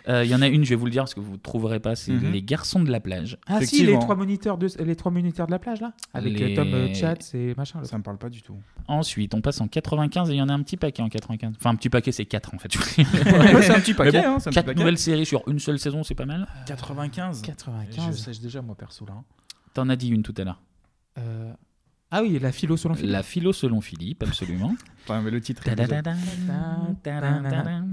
Euh, Il y en a une, je vais vous le dire parce que vous ne trouverez pas, c'est
Mhm.
les garçons de la plage.
Ah si, les
Effectivement.
trois moniteurs de les trois moniteurs de la plage là, avec
Les-
euh, Tom euh, Chatz et machin. là.
Ça me parle pas du tout.
Ensuite, on passe en 95 et il y en a un petit paquet en 95. Enfin, un petit paquet, c'est 4 en fait.
c'est un petit
paquet, hein,
paquet.
Quatre nouvelles séries sur une seule saison, c'est pas mal.
95.
95.
sèche déjà moi perso là.
T'en as dit une tout à l'heure.
Euh, Ah oui, la philo selon Philippe.
La philo selon Philippe, absolument.
Enfin, mais le titre. est déjà-
Ta-da-da-da, ta-da-da-da.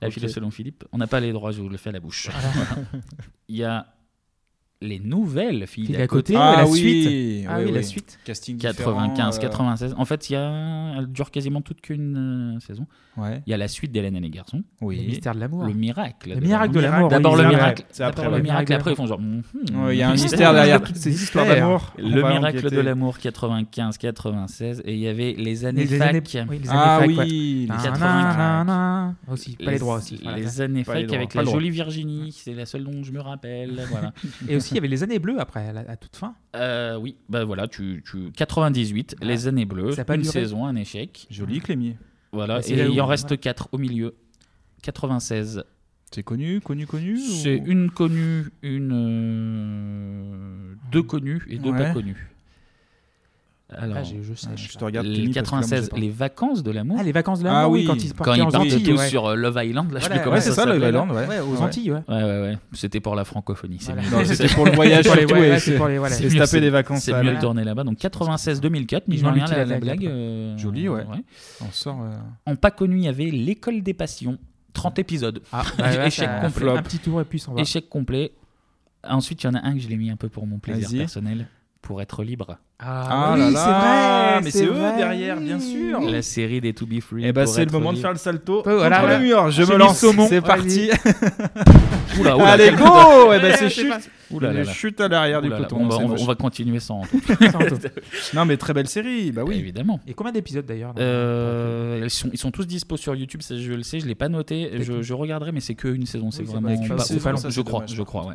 La
Ok.
philo selon Philippe. On n'a pas les droits, je vous le fais à la bouche. Il y a les nouvelles filles
Filles
d'à
d'à
côté.
côté. la suite.
oui,
Ah oui, la suite.
Casting
95,
différent, euh.
96. En fait, il y a... elle dure quasiment toute qu'une euh, saison.
euh, Ouais.
Il y a la suite d'Hélène et les garçons.
Le
Oui.
mystère de l'amour.
Le miracle.
Le miracle de l'amour.
D'abord le
Oui,
miracle.
C'est après.
D'abord le
ouais.
miracle. Après, ils font genre. hum,
hmm.
hum.
Ouais, Il y a un mystère derrière toutes ces histoires
Mystère.
d'amour.
Le
On va
miracle
enquêter.
de l'amour 95 96 et il y avait les années
Les- les
fac
années- oui, les années
Ah
fac, ouais.
oui.
Les
Ah,
95.
nan, nan, nan. Aussi, pas les droits aussi.
Les
voilà.
années
Pas les
fac
droits,
avec
pas
la
le droit.
jolie Virginie, c'est la seule dont je me rappelle. Voilà.
Et aussi si, il y avait les années bleues après, à, la- à toute fin.
Euh, oui, bah voilà, tu, tu- 98, les années bleues,
Ça a pas
une
duré.
saison, un échec.
Joli Clémier.
Voilà,
Bah, c'est
et
là
il
où-
en reste
ouais.
4 au milieu. 96.
C'est connu, connu, connu
C'est
ou-
une connue, une euh, deux connues et deux
Ouais.
pas connues. Alors,
Ah, j'ai- je sais, je
Je te regarde,
les
Clémy, parce que là, moi, je sais
96,
pas.
les vacances de l'amour.
Ah, les vacances de
Ah
l'amour, oui,
oui.
quand ils
quand
partaient
ils
en
partent
Antilles,
tous
ouais.
sur euh, Love Island, là, je sais
Voilà,
plus comment
Ouais,
ça
c'est ça, Love
s'appelait, là.
Island, ouais.
Ouais, aux
Ouais.
Antilles, ouais.
Ouais, ouais, ouais. C'était pour la francophonie, c'est
Voilà.
mieux.
Non, c'était pour le voyage
Pour les-
surtout
ouais,
et
ouais, c'est
c'est
pour les- voilà.
c'est se
mieux,
taper
c'est-
des vacances.
C'est
à-
mieux de tourner là-bas. Donc 96-2004,
Ils ont
Michel
lutté
la,
la
la
blague,
blague.
après.
euh,
Joli, ouais. On sort. euh,
En pas connu, il y avait l'école des passions. 30 épisodes.
Ah,
Échec
ça-
complet.
Un petit tour et puis on va.
Échec complet. Ensuite, il y en a un que je l'ai mis un peu pour mon plaisir
Vas-y.
personnel, pour être libre.
Ah là là, mais c'est eux derrière, bien sûr.
La série des To Be Free.
Eh ben,
pour
c'est le
être
moment de
libre.
faire le salto.
Oh, voilà,
contre
voilà.
le mur, je
J'ai
me
mis
lance.
saumon,
C'est
vas-y.
parti.
Oula, oula,
Allez,
Oh quel-
go Eh ben, c'est
Ouais,
chute.
oula, là, là.
Chute à l'arrière du
Oula, là,
peloton.
on, va,
c'est
on va-
moche.
on va continuer sans.
Non, mais très belle série. Bah oui.
Évidemment.
Et combien d'épisodes d'ailleurs dans-
Euh, ils, sont, ils sont tous dispo sur YouTube, ça je le sais, je l'ai pas noté, je, je regarderai, mais c'est que une saison, c'est
Oui, c'est
vraiment
pas- c'est pas-
pas-
c'est pas
pas
long,
long,
ça,
je
c'est
crois,
dommage.
je crois, ouais.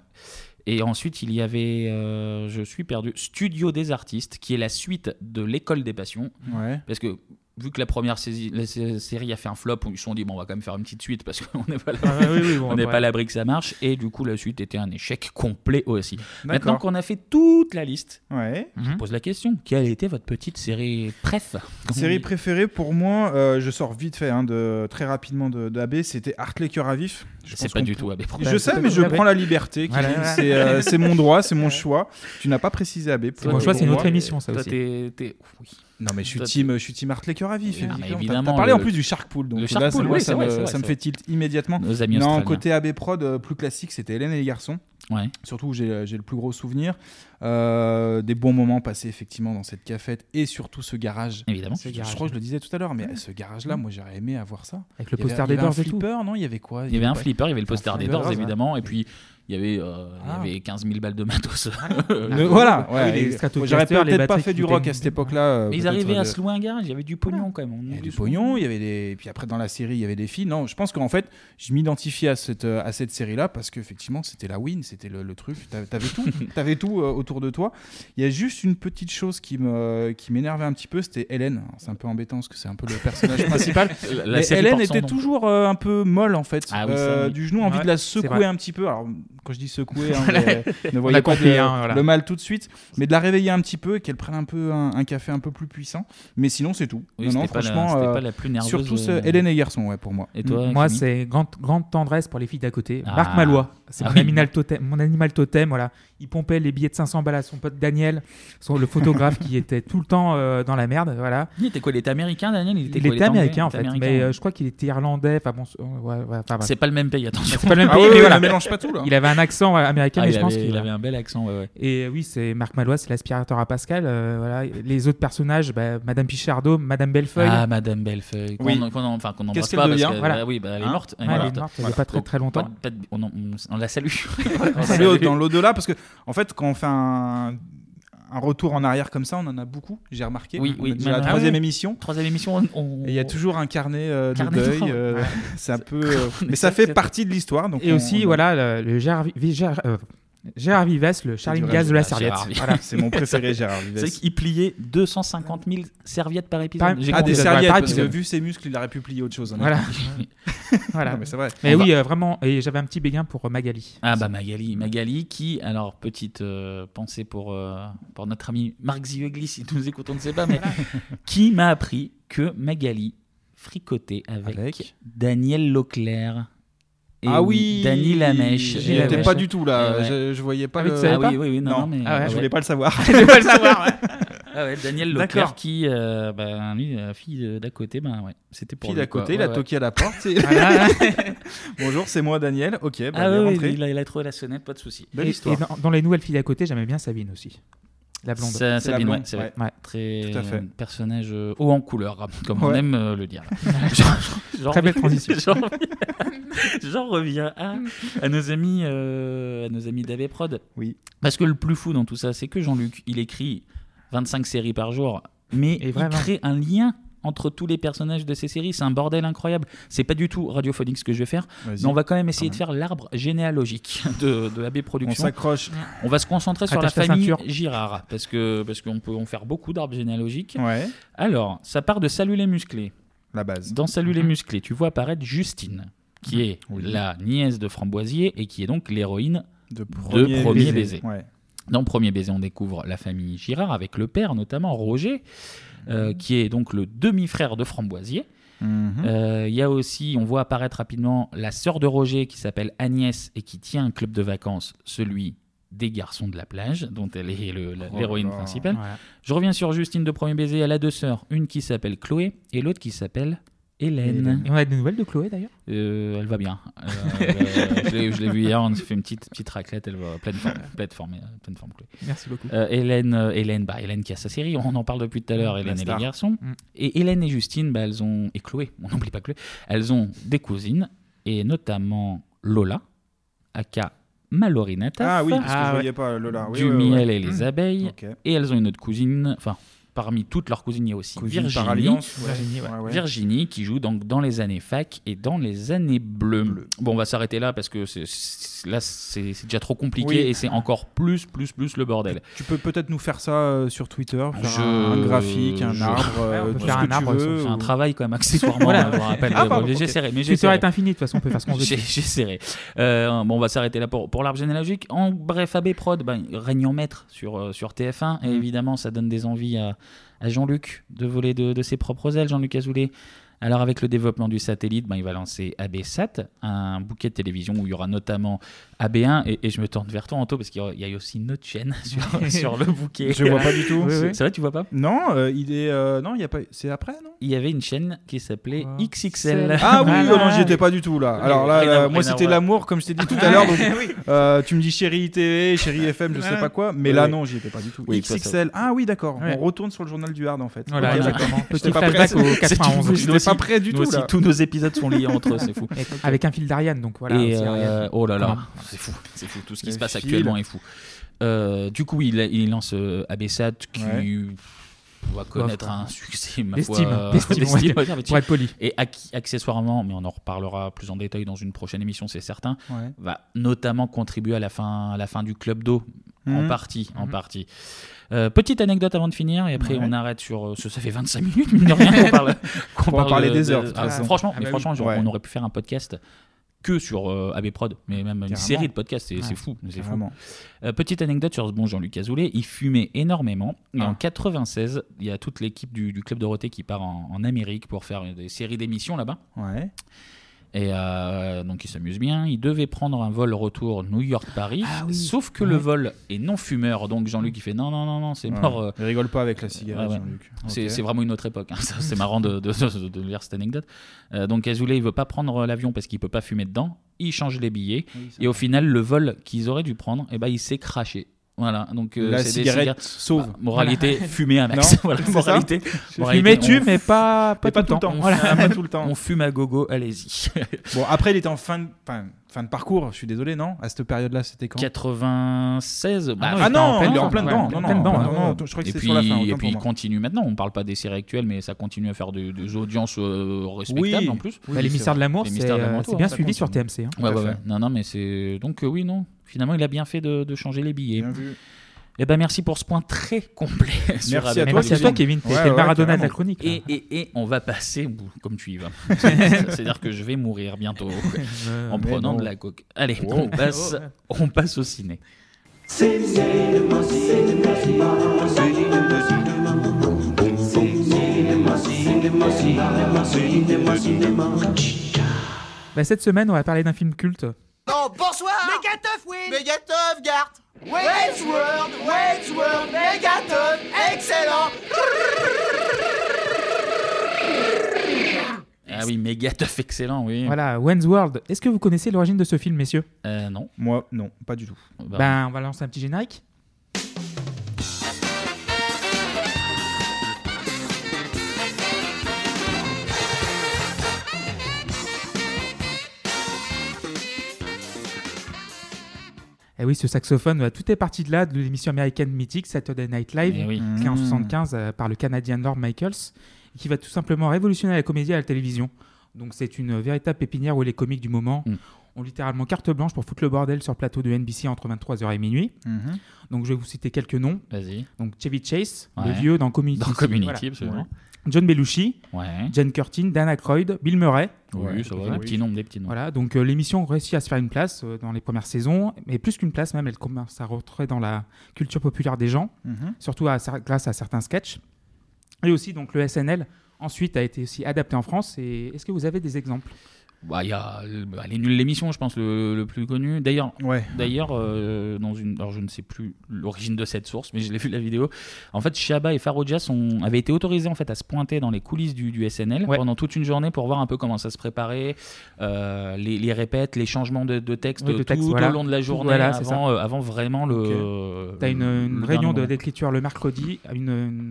Et ensuite il y avait, euh, je suis perdu, Studio des artistes, qui est la suite de l'école des passions,
Ouais.
parce que vu que la première saisi- la sé- série a fait un flop, ils se sont dit bon on va quand même faire une petite suite parce qu'on n'est pas là.
Ah, ouais, oui, oui, bon,
On n'est
ouais.
pas à l'abri que ça marche, et du coup la suite était un échec complet aussi. Maintenant
D'accord.
qu'on a fait toute la liste,
Ouais.
je pose la question quelle était votre petite série préf comme on
Série
dit
préférée pour moi, euh, je sors vite fait, hein, de, très rapidement de, de AB, c'était Art Cœur à Vif. Je
C'est
pense
pas
qu'on
du
peut-
tout ah, AB. Pro.
Je sais, mais je prends la liberté. Kevin.
Voilà.
C'est euh, c'est mon droit, c'est mon choix. Tu n'as pas précisé AB.
Toi,
mon
t'es-
choix, c'est une
pour
autre
moi,
émission, ça
toi,
aussi.
t'es- t'es- oui.
Non, mais je suis
Toi,
team, je suis team Art Cœur à
Ah,
Vif.
mais
évidemment. T'as-
évidemment,
T'as parlé en
le-
plus du Shark Pool, donc
le
là,
Shark Pool,
moi,
oui,
ça,
c'est vrai,
me,
c'est vrai,
ça me
c'est
fait tilt immédiatement.
Nos amis
Non,
australiens.
côté AB Prod, euh, plus classique, c'était Hélène et les garçons.
Ouais.
Surtout où j'ai j'ai le plus gros souvenir. Euh, des bons moments passés effectivement dans cette cafette et surtout ce garage.
Évidemment.
Ce
Je- Je
garage.
crois que je le disais tout à l'heure, mais ce garage-là, moi j'aurais aimé avoir ça.
Avec le
Il y avait-
poster
il y
des
avait un
Doors et tout.
flipper, non Il y avait quoi
Il y avait un
pas-
flipper, il y avait le poster
flipper,
des Doors,
ouais.
évidemment, et puis il y avait, euh, il y
Ah.
avait 15 000 balles de matos.
Mais voilà,
Ah
ouais,
oui, les
et-
Stratocaster,
j'aurais
les
peut-être pas
batteries
fait
qui
du rock
coûtaient
à cette
une-
époque-là. euh,
Mais ils
peut-être,
arrivaient
euh,
à se louer un garage, il y avait du pognon quand même. on
Il y avait
oublie
du
souvent.
pognon, il y avait des. Puis après, dans la série, il y avait des filles. Non, je pense qu'en fait, je m'identifiais à cette, euh, à cette série-là parce qu'effectivement, c'était la win, c'était le, le truc. T'a- T'avais tout, t'avais tout euh, autour de toi. Il y a juste une petite chose qui me- qui m'énervait un petit peu, c'était Hélène. Alors, C'est un peu embêtant parce que c'est un peu le personnage principal.
La, la
Mais
série
Hélène
porte son
était
nom.
toujours euh, un peu molle en fait. Euh,
Ah oui, ça, oui.
Du genou, envie
Ouais,
de la
c'est
secouer
vrai.
un petit peu. Alors, quand je dis secouer, hein, vous, euh, ne voyez pas
compris,
de-
hein, voilà.
le mal tout de suite, mais de la réveiller un petit peu et qu'elle prenne un peu un, un café un peu plus puissant. Mais sinon, c'est tout.
Oui,
non,
c'était
non,
pas la-
franchement.
c'était
euh,
pas la plus nerveuse.
Surtout ce
euh,
Hélène et Garçon, ouais, pour moi. Mm.
Et toi
Moi,
Camille
c'est grande, grande tendresse pour les filles d'à côté.
Ah.
Marc Malois, c'est
Ah
mon,
oui.
animal totem, mon animal totem. Voilà. Il pompait les billets de 500 balles à son pote Daniel, son, le photographe qui était tout le temps euh, dans la merde. Voilà.
Il était quoi Il était américain, Daniel Il était
Il
quoi,
était
anglais
américain en
Il
fait,
était
mais
américain,
euh,
ouais.
je crois qu'il était irlandais. Enfin bon, euh, ouais, ouais, enfin, bref.
C'est pas le même pays, attention.
C'est pas le même
Ah
pays,
ouais,
mais
ouais,
voilà.
ne mélange pas tout là.
Il avait un accent ouais, américain,
Ah,
mais
il,
je pense
avait,
qu'il
il avait un bel accent, ouais, ouais.
Et oui, c'est Marc Malois, c'est l'aspirateur à Pascal. euh, voilà. Les autres personnages, bah, Madame Pichardot, Madame Bellefeuille.
Ah, Madame Bellefeuille. Qu'on
Oui.
qu'on- enfin, qu'on
Qu'est-ce
n'embrasse
qu'elle
pas parce
devient
que-
Voilà.
bah oui, bah, elle est
Hein
morte.
Ouais, elle est morte il y a pas très
Donc,
très
pas
longtemps.
de- pas de- on, en- on- on la salue.
Dans le- dans l'au-delà, parce que en fait, quand on fait un, un retour en arrière comme ça, on en a beaucoup. J'ai remarqué.
Oui,
On
oui,
est déjà à
mais-
la
ah
troisième
ouais.
émission.
Troisième émission, on- on-
Et il y a toujours un carnet euh, de
Carnet de
deuil.
mort.
euh,
Ouais.
c'est un peu. euh,
On
mais
est
ça
seul,
fait
c'est-
partie de l'histoire. donc
Et
on-
aussi,
on-
voilà, le, le Gérard, Vi- Gérard- euh, Gérard Vivès, le Charlie
du
Gaz de la
reste. Ah,
serviette.
Gérard Vivès.
Voilà.
C'est mon préféré, Gérard Vives.
C'est qu'il pliait 250 000 serviettes par épisode.
Par-
J'ai
Ah,
compté
des
ça.
Ouais,
serviettes,
pareil,
parce que
puis-
vu ses muscles, il aurait pu plier autre chose. hein.
Voilà. voilà.
Non, mais c'est vrai.
Mais
On
oui, euh, vraiment. Et j'avais un petit béguin pour euh, Magali.
Ah bah Magali, Magali qui, alors petite euh, pensée pour, euh, pour notre ami Marc Zieglis, si nous écoutons, on ne sait pas, mais qui m'a appris que Magali fricotait avec,
Avec
Daniel Leclerc et
Ah oui
Dany Lamèche.
J'y
Et
étais
ouais.
pas du tout là.
Et ouais.
Je, je voyais pas
Ah oui,
le.
tu savais
Ah
pas
oui, oui, oui, non,
Non.
mais...
Ah ouais,
Je
ouais.
voulais pas le savoir.
le savoir.
Ah ouais, Daniel
D'accord.
Leclerc qui, euh, ben, lui, la fille euh, d'à côté, ben ouais, c'était pour
Puis
lui,
d'à
quoi.
côté, il
Ouais,
a
ouais.
toqué à la porte. et- Bonjour, c'est moi Daniel. Ok, bah,
Ah
il est
ouais, ouais,
rentré.
il a, il a trouvé la sonnette, pas de souci.
Belle
et,
histoire.
et dans, dans les nouvelles filles d'à côté, j'aimais bien Sabine aussi. La blonde.
Ça,
C'est la
Sabine, ouais,
blonde,
c'est vrai.
ouais.
Ouais.
Très
Tout à fait.
personnage euh, haut en couleur, comme on
Ouais.
aime euh, le dire. Genre- genre-
Très belle transition.
J'en j'en reviens à, à nos amis, euh, à nos amis d'AB Prod.
Oui.
Parce que le plus fou dans tout ça, c'est que Jean-Luc, il écrit 25 séries par jour, mais
Et
il
vraiment.
crée un lien entre tous les personnages de ces séries. C'est un bordel incroyable. C'est pas du tout radiophonique ce que je vais faire,
Vas-y.
mais on va quand même essayer de faire l'arbre généalogique de, de AB Productions.
s'accroche.
On va se concentrer sur la
Attache ta
famille
ceinture.
Girard, parce que parce qu'on peut en faire beaucoup d'arbres généalogiques.
Ouais.
Alors, ça part de Salut les musclés.
La base.
Dans Salut les musclés, tu vois apparaître Justine, qui est la nièce de Framboisier et qui est donc l'héroïne de
Premier
Premier Baiser.
Baiser, ouais.
Dans Premier Baiser, on découvre la famille Girard avec le père, notamment Roger, euh, qui est donc le demi-frère de Framboisier.
Mhm.
Euh, Il y a aussi, on voit apparaître rapidement la sœur de Roger qui s'appelle Agnès et qui tient un club de vacances, celui des garçons de la plage, dont elle est le- la-
Oh
l'héroïne
là,
principale.
ouais.
Je reviens sur Justine de Premier Baiser, elle a deux sœurs, une qui s'appelle Chloé et l'autre qui s'appelle Hélène.
Et on a des nouvelles de Chloé d'ailleurs
Euh, elle va bien. Euh, je l'ai- je l'ai vue hier, on s'est fait une petite, petite raclette, elle va pleine forme, pleine forme, euh, pleine forme Chloé.
Merci beaucoup.
Euh, Hélène, euh, Hélène, bah, Hélène qui a sa série, on en parle depuis tout à l'heure,
La
Hélène et les
star.
garçons.
Mm.
Et Hélène et Justine, bah, elles ont, et Chloé, on n'oublie pas Chloé, elles ont des cousines, et notamment Lola, aka Mallory Nataf.
Ah oui, parce que je voyais pas Lola. ah Oui,
du
ouais, ouais,
miel
ouais.
et les
Mm.
abeilles.
Ok.
Et elles ont une autre cousine, enfin, parmi toutes leurs cousines, il y a aussi
Cousine par
Virginie.
alliance, ouais. Virginie, ouais. Ouais, ouais.
Virginie, qui joue donc dans les années fac et dans les années bleues. Bon, on va s'arrêter là parce que c'est- c'est- là, c'est c'est déjà trop compliqué
Oui.
et c'est encore plus, plus, plus le bordel.
Tu peux peut-être nous faire ça euh, sur Twitter, faire
Je-
un, un graphique, un
je-
arbre, euh,
Ouais, on peut
tout
faire
ce
un
que
arbre,
tu veux.
c'est
ou-
un travail quand même accessoirement.
Voilà.
hein, je vous rappelle.
Ah, pardon,
J'ai
ok.
serré, mais
Twitter
j'ai serré.
est infini, de toute façon, on peut faire ce qu'on veut.
J'ai j'ai serré. Euh, bon, on va s'arrêter là pour, pour l'arbre généalogique. En bref, AB Prod ben, règne en maître sur, euh, sur TF1
Mm.
et évidemment, ça donne des envies à, à Jean-Luc de voler de, de ses propres ailes, Jean-Luc Azoulay. Alors avec le développement du satellite, ben, il va lancer AB7, un bouquet de télévision où il y aura notamment AB1 et, et je me tourne vers toi Anto parce qu'il y a- il y a aussi une autre chaîne sur, sur le bouquet.
Je vois pas du tout.
C'est- C'est vrai, tu vois pas
Non, euh, il est. euh, non, il y a pas. C'est après, non
il y avait une chaîne qui s'appelait XXL.
Ah oui, oh non, j'y étais pas du tout là. Alors là,
Rien à-
là,
rien
moi
à
c'était
voir. Ah
l'amour, comme je t'ai dit tout à l'heure. donc,
Oui.
euh, tu me dis chérie TV, chérie FM, je sais
Ouais.
pas quoi, mais
Oui,
là
oui.
non, j'y étais pas du tout.
Oui, toi, ça-
XXL. Ah oui, d'accord.
Ouais.
On retourne sur le journal du Hard en fait.
Voilà,
Ok,
exactement.
d'accord.
Petit
J'étais pas
flashback
prêt.
au 91.
J'étais
Nous
pas
aussi-
près du
nous
tout.
aussi,
là.
tous nos épisodes sont liés entre eux, c'est fou.
Et- Avec un fil d'Ariane, donc voilà.
Et,
c'est
euh,
Ariane.
oh là là,
Comment
c'est fou, c'est fou. Tout ce qui
Le
se passe
fil.
actuellement est fou. Euh, du coup, il, il lance euh, Abessat qui
Ouais.
va connaître
Bof.
un succès, ma
D'estime,
foi,
d'estime, on va dire,
on va dire, mais
pour être poli.
Et ac- accessoirement, mais on en reparlera plus en détail dans une prochaine émission, c'est certain,
Ouais.
va notamment contribuer à la fin, à la fin du club d'eau, en
Mhm.
partie, en
Mhm.
partie. Euh, petite anecdote avant de finir, et après
Ouais.
on arrête sur. euh, ce- ça fait 25 minutes, mine de rien, qu'on parle. qu'on
Pour en
parle
parler
de-
des
de-
heures, de toute
ah,
façon.
franchement,
Ah
mais
bah
franchement,
oui.
genre,
Ouais.
on aurait pu faire un podcast que sur euh, AB Prod, mais même une
Carrément.
série de podcasts, c'est c'est
Ouais,
fou. c'est fou.
carrément.
Euh, petite anecdote sur ce bon Jean-Luc Azoulay, il fumait énormément. Et
Ah.
en 96, il y a toute l'équipe du, du Club Dorothée qui part en, en Amérique pour faire des séries d'émissions là-bas.
Ouais.
Et euh, donc il s'amuse bien. Il devait prendre un vol retour New York-Paris. Sauf que le
Ah Ouais.
vol est non fumeur. Donc Jean-Luc il fait non, non, non, non, c'est
Ouais.
mort. euh.
Il rigole pas avec la cigarette,
Ouais, ouais.
Jean-Luc.
C'est
Ok.
c'est vraiment une autre époque. hein. Ça, C'est marrant de, de, de- de lire cette anecdote. Euh, donc Azoulay il veut pas prendre l'avion parce qu'il peut pas fumer dedans. Il change les billets. et au final, le vol qu'ils auraient dû prendre, eh ben, il s'est craché. Voilà, donc euh,
La
c'est des
cigarette
cigares-
sauve.
Bah, moralité,
Voilà.
fumer un max.
Non,
voilà,
c'est ça.
moralité.
Je
moralité,
fumais, tu,
on-
mais pas- pas tout le temps.
Voilà,
Pas tout le temps.
On fume à gogo, allez-y.
Bon, après, il était en fin de, fin, fin de parcours, je suis désolé, non À cette période-là, c'était quand
96 bah,
Ah non,
c'était
il est en plein
ouais,
dedans.
en
Non,
plein
non,
dedans,
non,
ouais.
non, non, je crois que
Et
c'est
puis-
sur la fin, autant
Et
pour
puis il
moi.
continue maintenant. On parle pas des séries actuelles, mais ça continue à faire de- des audiences euh, respectables
Oui.
en plus.
Bah, les Mystères de l'amour,
Les
c'est,
Mystères de
euh,
l'amour,
c'est bien
ça
suivi
continue.
sur TMC, hein.
Ouais,
Tout
ouais,
à fait.
ouais. Non, non, mais c'est. Donc, euh, oui, non. Finalement, il a bien fait de, de changer les billets. Eh ben, merci pour ce point très complet. sur
Merci à
Abel
toi, Merci à toi, Kevin. T'es- Ouais, t'es le ouais, Maradona de la carrément. chronique, là.
Et, et, et on va passer, Ouh, comme tu y vas. C'est-à-dire que je vais mourir bientôt
Euh,
en
mais
prenant
non.
de la coke. Allez,
Wow.
on, passe, on passe au ciné.
Bah, cette semaine, on va parler d'un film culte.
Oh, bonsoir Megatoff, oui Megatoff, Gart Wadsworth, Wadsworth, Megatoff, excellent
Ah oui, méga tough, excellent, oui.
Voilà, Wayne's World. Est-ce que vous connaissez l'origine de ce film, messieurs
Euh, non. Bah,
Moi, non, pas du tout.
Ben, on va lancer un petit générique. Et Eh oui, ce saxophone, bah, tout est parti de là, de l'émission américaine mythique Saturday Night Live,
Eh oui.
créée en
Mm.
75 euh, par le Canadien Norm Michaels, qui va tout simplement révolutionner la comédie à la télévision. Donc c'est une euh, véritable pépinière où les comiques du moment
Mm.
ont littéralement carte blanche pour foutre le bordel sur le plateau de NBC entre 23h et minuit.
Mhm.
Donc je vais vous citer quelques noms.
Vas-y.
Donc Chevy Chase, le
Ouais.
vieux dans Community.
Dans Community,
Voilà.
absolument.
John Belushi,
Ouais.
Jen Curtin, Dan Aykroyd, Bill Murray.
Oui, ça va, des petits noms, des petits noms.
Voilà, donc euh, l'émission réussit à se faire une place euh, dans les premières saisons, mais plus qu'une place même, elle commence à rentrer dans la culture populaire des gens,
Mhm.
surtout à cer- grâce à certains sketchs. Et aussi, donc le SNL, ensuite, a été aussi adapté en France. Et est-ce que vous avez des exemples
Bah, il y a euh, bah, Les Nuls l'émission, je pense, le, le plus connu. D'ailleurs, d'ailleurs euh, dans une, alors je ne sais plus l'origine de cette source, mais je l'ai vu la vidéo. En fait, Shaba et Faroja sont, avaient été autorisés en fait, à se pointer dans les coulisses du, du SNL pendant toute une journée pour voir un peu comment ça se préparait, euh, les, les répètes, les changements de, de texte
Oui, de
tout
texte,
au
voilà.
long de la journée,
Voilà, c'est
avant,
ça.
euh, avant vraiment le.
T'as une,
le-
une
Euh, le
réunion
dernier
de-
moment.
d'écriture le mercredi, une,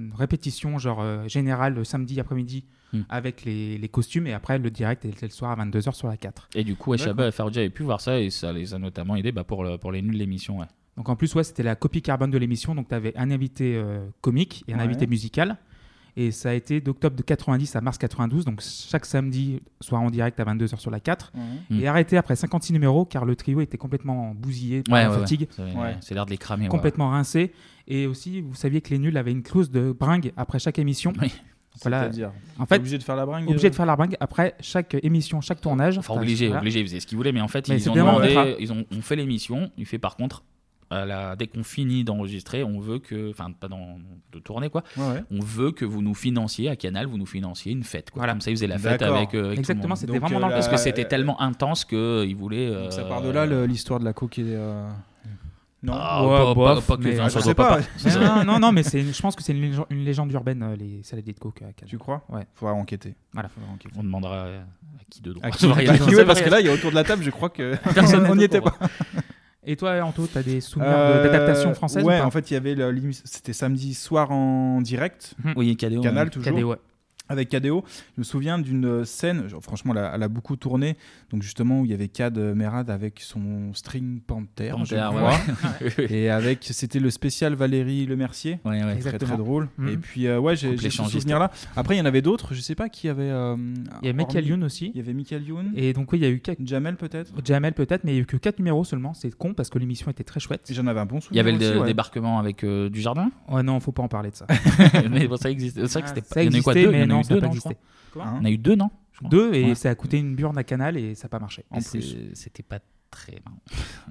une répétition genre euh, générale le samedi après-midi
Hmm.
avec les, les costumes et après le direct est le soir à 22h sur la 4.
Et du coup,
D'accord.
Shaba et Faroja avaient pu voir ça et ça les a notamment aidés bah, pour, le- pour les Nuls l'émission. Ouais.
Donc en plus, ouais, c'était la copie carbone de l'émission. Donc tu avais un invité euh, comique et un
Ouais.
invité musical. Et ça a été d'octobre de 90 à mars 92, donc chaque samedi soir en direct à 22h sur la 4.
Ouais.
Et arrêté après 56 numéros car le trio était complètement bousillé par
Ouais,
la
ouais, ouais.
fatigue.
C'est- Ouais. c'est l'air de les cramer, ouais.
Complètement rincé. Et aussi, vous saviez que les nuls avaient une clause de bringue après chaque émission.
C'est-à-dire
en fait,
Obligé de faire la bringue,
Obligé
euh
de faire la bringue après chaque émission, chaque tournage.
Enfin, obligé,
Voilà.
obligé, ils faisaient ce qu'ils voulaient, mais en fait,
Mais
ils,
c'est
ont
bien, on
demandé-
mettra.
ils ont on fait l'émission. Il fait par contre, à la- dès qu'on finit d'enregistrer, on veut que, enfin, pas dans, de tourner quoi,
Ouais, ouais.
on veut que vous nous financiez à Canal, vous nous financiez une fête. Quoi. Comme ça, ils faisaient la fête
D'accord.
avec, euh, avec tout le
Exactement,
monde.
c'était Donc, vraiment euh, dans le
Parce
la-
que c'était tellement intense qu'ils voulaient. euh,
Ça part de là le- l'histoire de la coque et. euh, Non,
Ah, pas- pas- pas que les gens
Ah,
soient
je sais
pas-
pas.
Non, non, non, non, mais c'est une- je pense que c'est une, lége- une légende urbaine, euh, les saladiers de coke. Tu
crois
Ouais.
Faudra enquêter.
Voilà.
On demandera euh, à qui de droit.
À qui- à qui- Bah, ouais, parce que là, il y a autour de la table, je crois que on n'y était pas.
Et toi, Anto, t'as des souvenirs de-
Euh,
d'adaptation française ou
Ouais,
pas
en fait, il y avait le- l'émission- c'était samedi soir en direct.
Oui, KDO,
Canal
ouais.
toujours.
KDO, ouais.
Avec KDO, je me souviens d'une scène, genre, franchement, elle a, elle a beaucoup tourné. Donc, justement, où il y avait Kad Merad avec son string Panther, je
Panther, ouais,
crois.
ouais.
Et avec, c'était le spécial Valérie Le Mercier.
Ouais, ouais.
Très, très
Exactement.
drôle.
Mhm.
Et puis, euh, ouais, j'ai
Couple
j'ai ce
échangiste.
souvenir-là. Après, il y en avait d'autres, je sais pas qui avait. euh,
Il y a Michael Youn aussi.
Il y avait Michael Youn.
Et donc, oui, il y a eu. quatre-
Jamel peut-être
Jamel peut-être, mais il y a eu que 4 numéros seulement. C'est con parce que l'émission était très chouette.
J'en avais un bon
Il y avait le dé- débarquement avec euh, du jardin.
Ouais, non, faut pas en parler de ça.
mais bon, ça existait. C'est vrai que
Ah,
c'était
ça
pas. Il y en a eu quoi
existait,
deux Il y
mais
en a
non,
eu
ça
deux,
n'a pas
non, je crois.
existé. Comment
On a eu deux, non Je crois.
Deux, et
Ouais.
ça a coûté une burne à Canal et ça n'a pas marché. En
Et c'est-
plus.
C'était pas très marrant.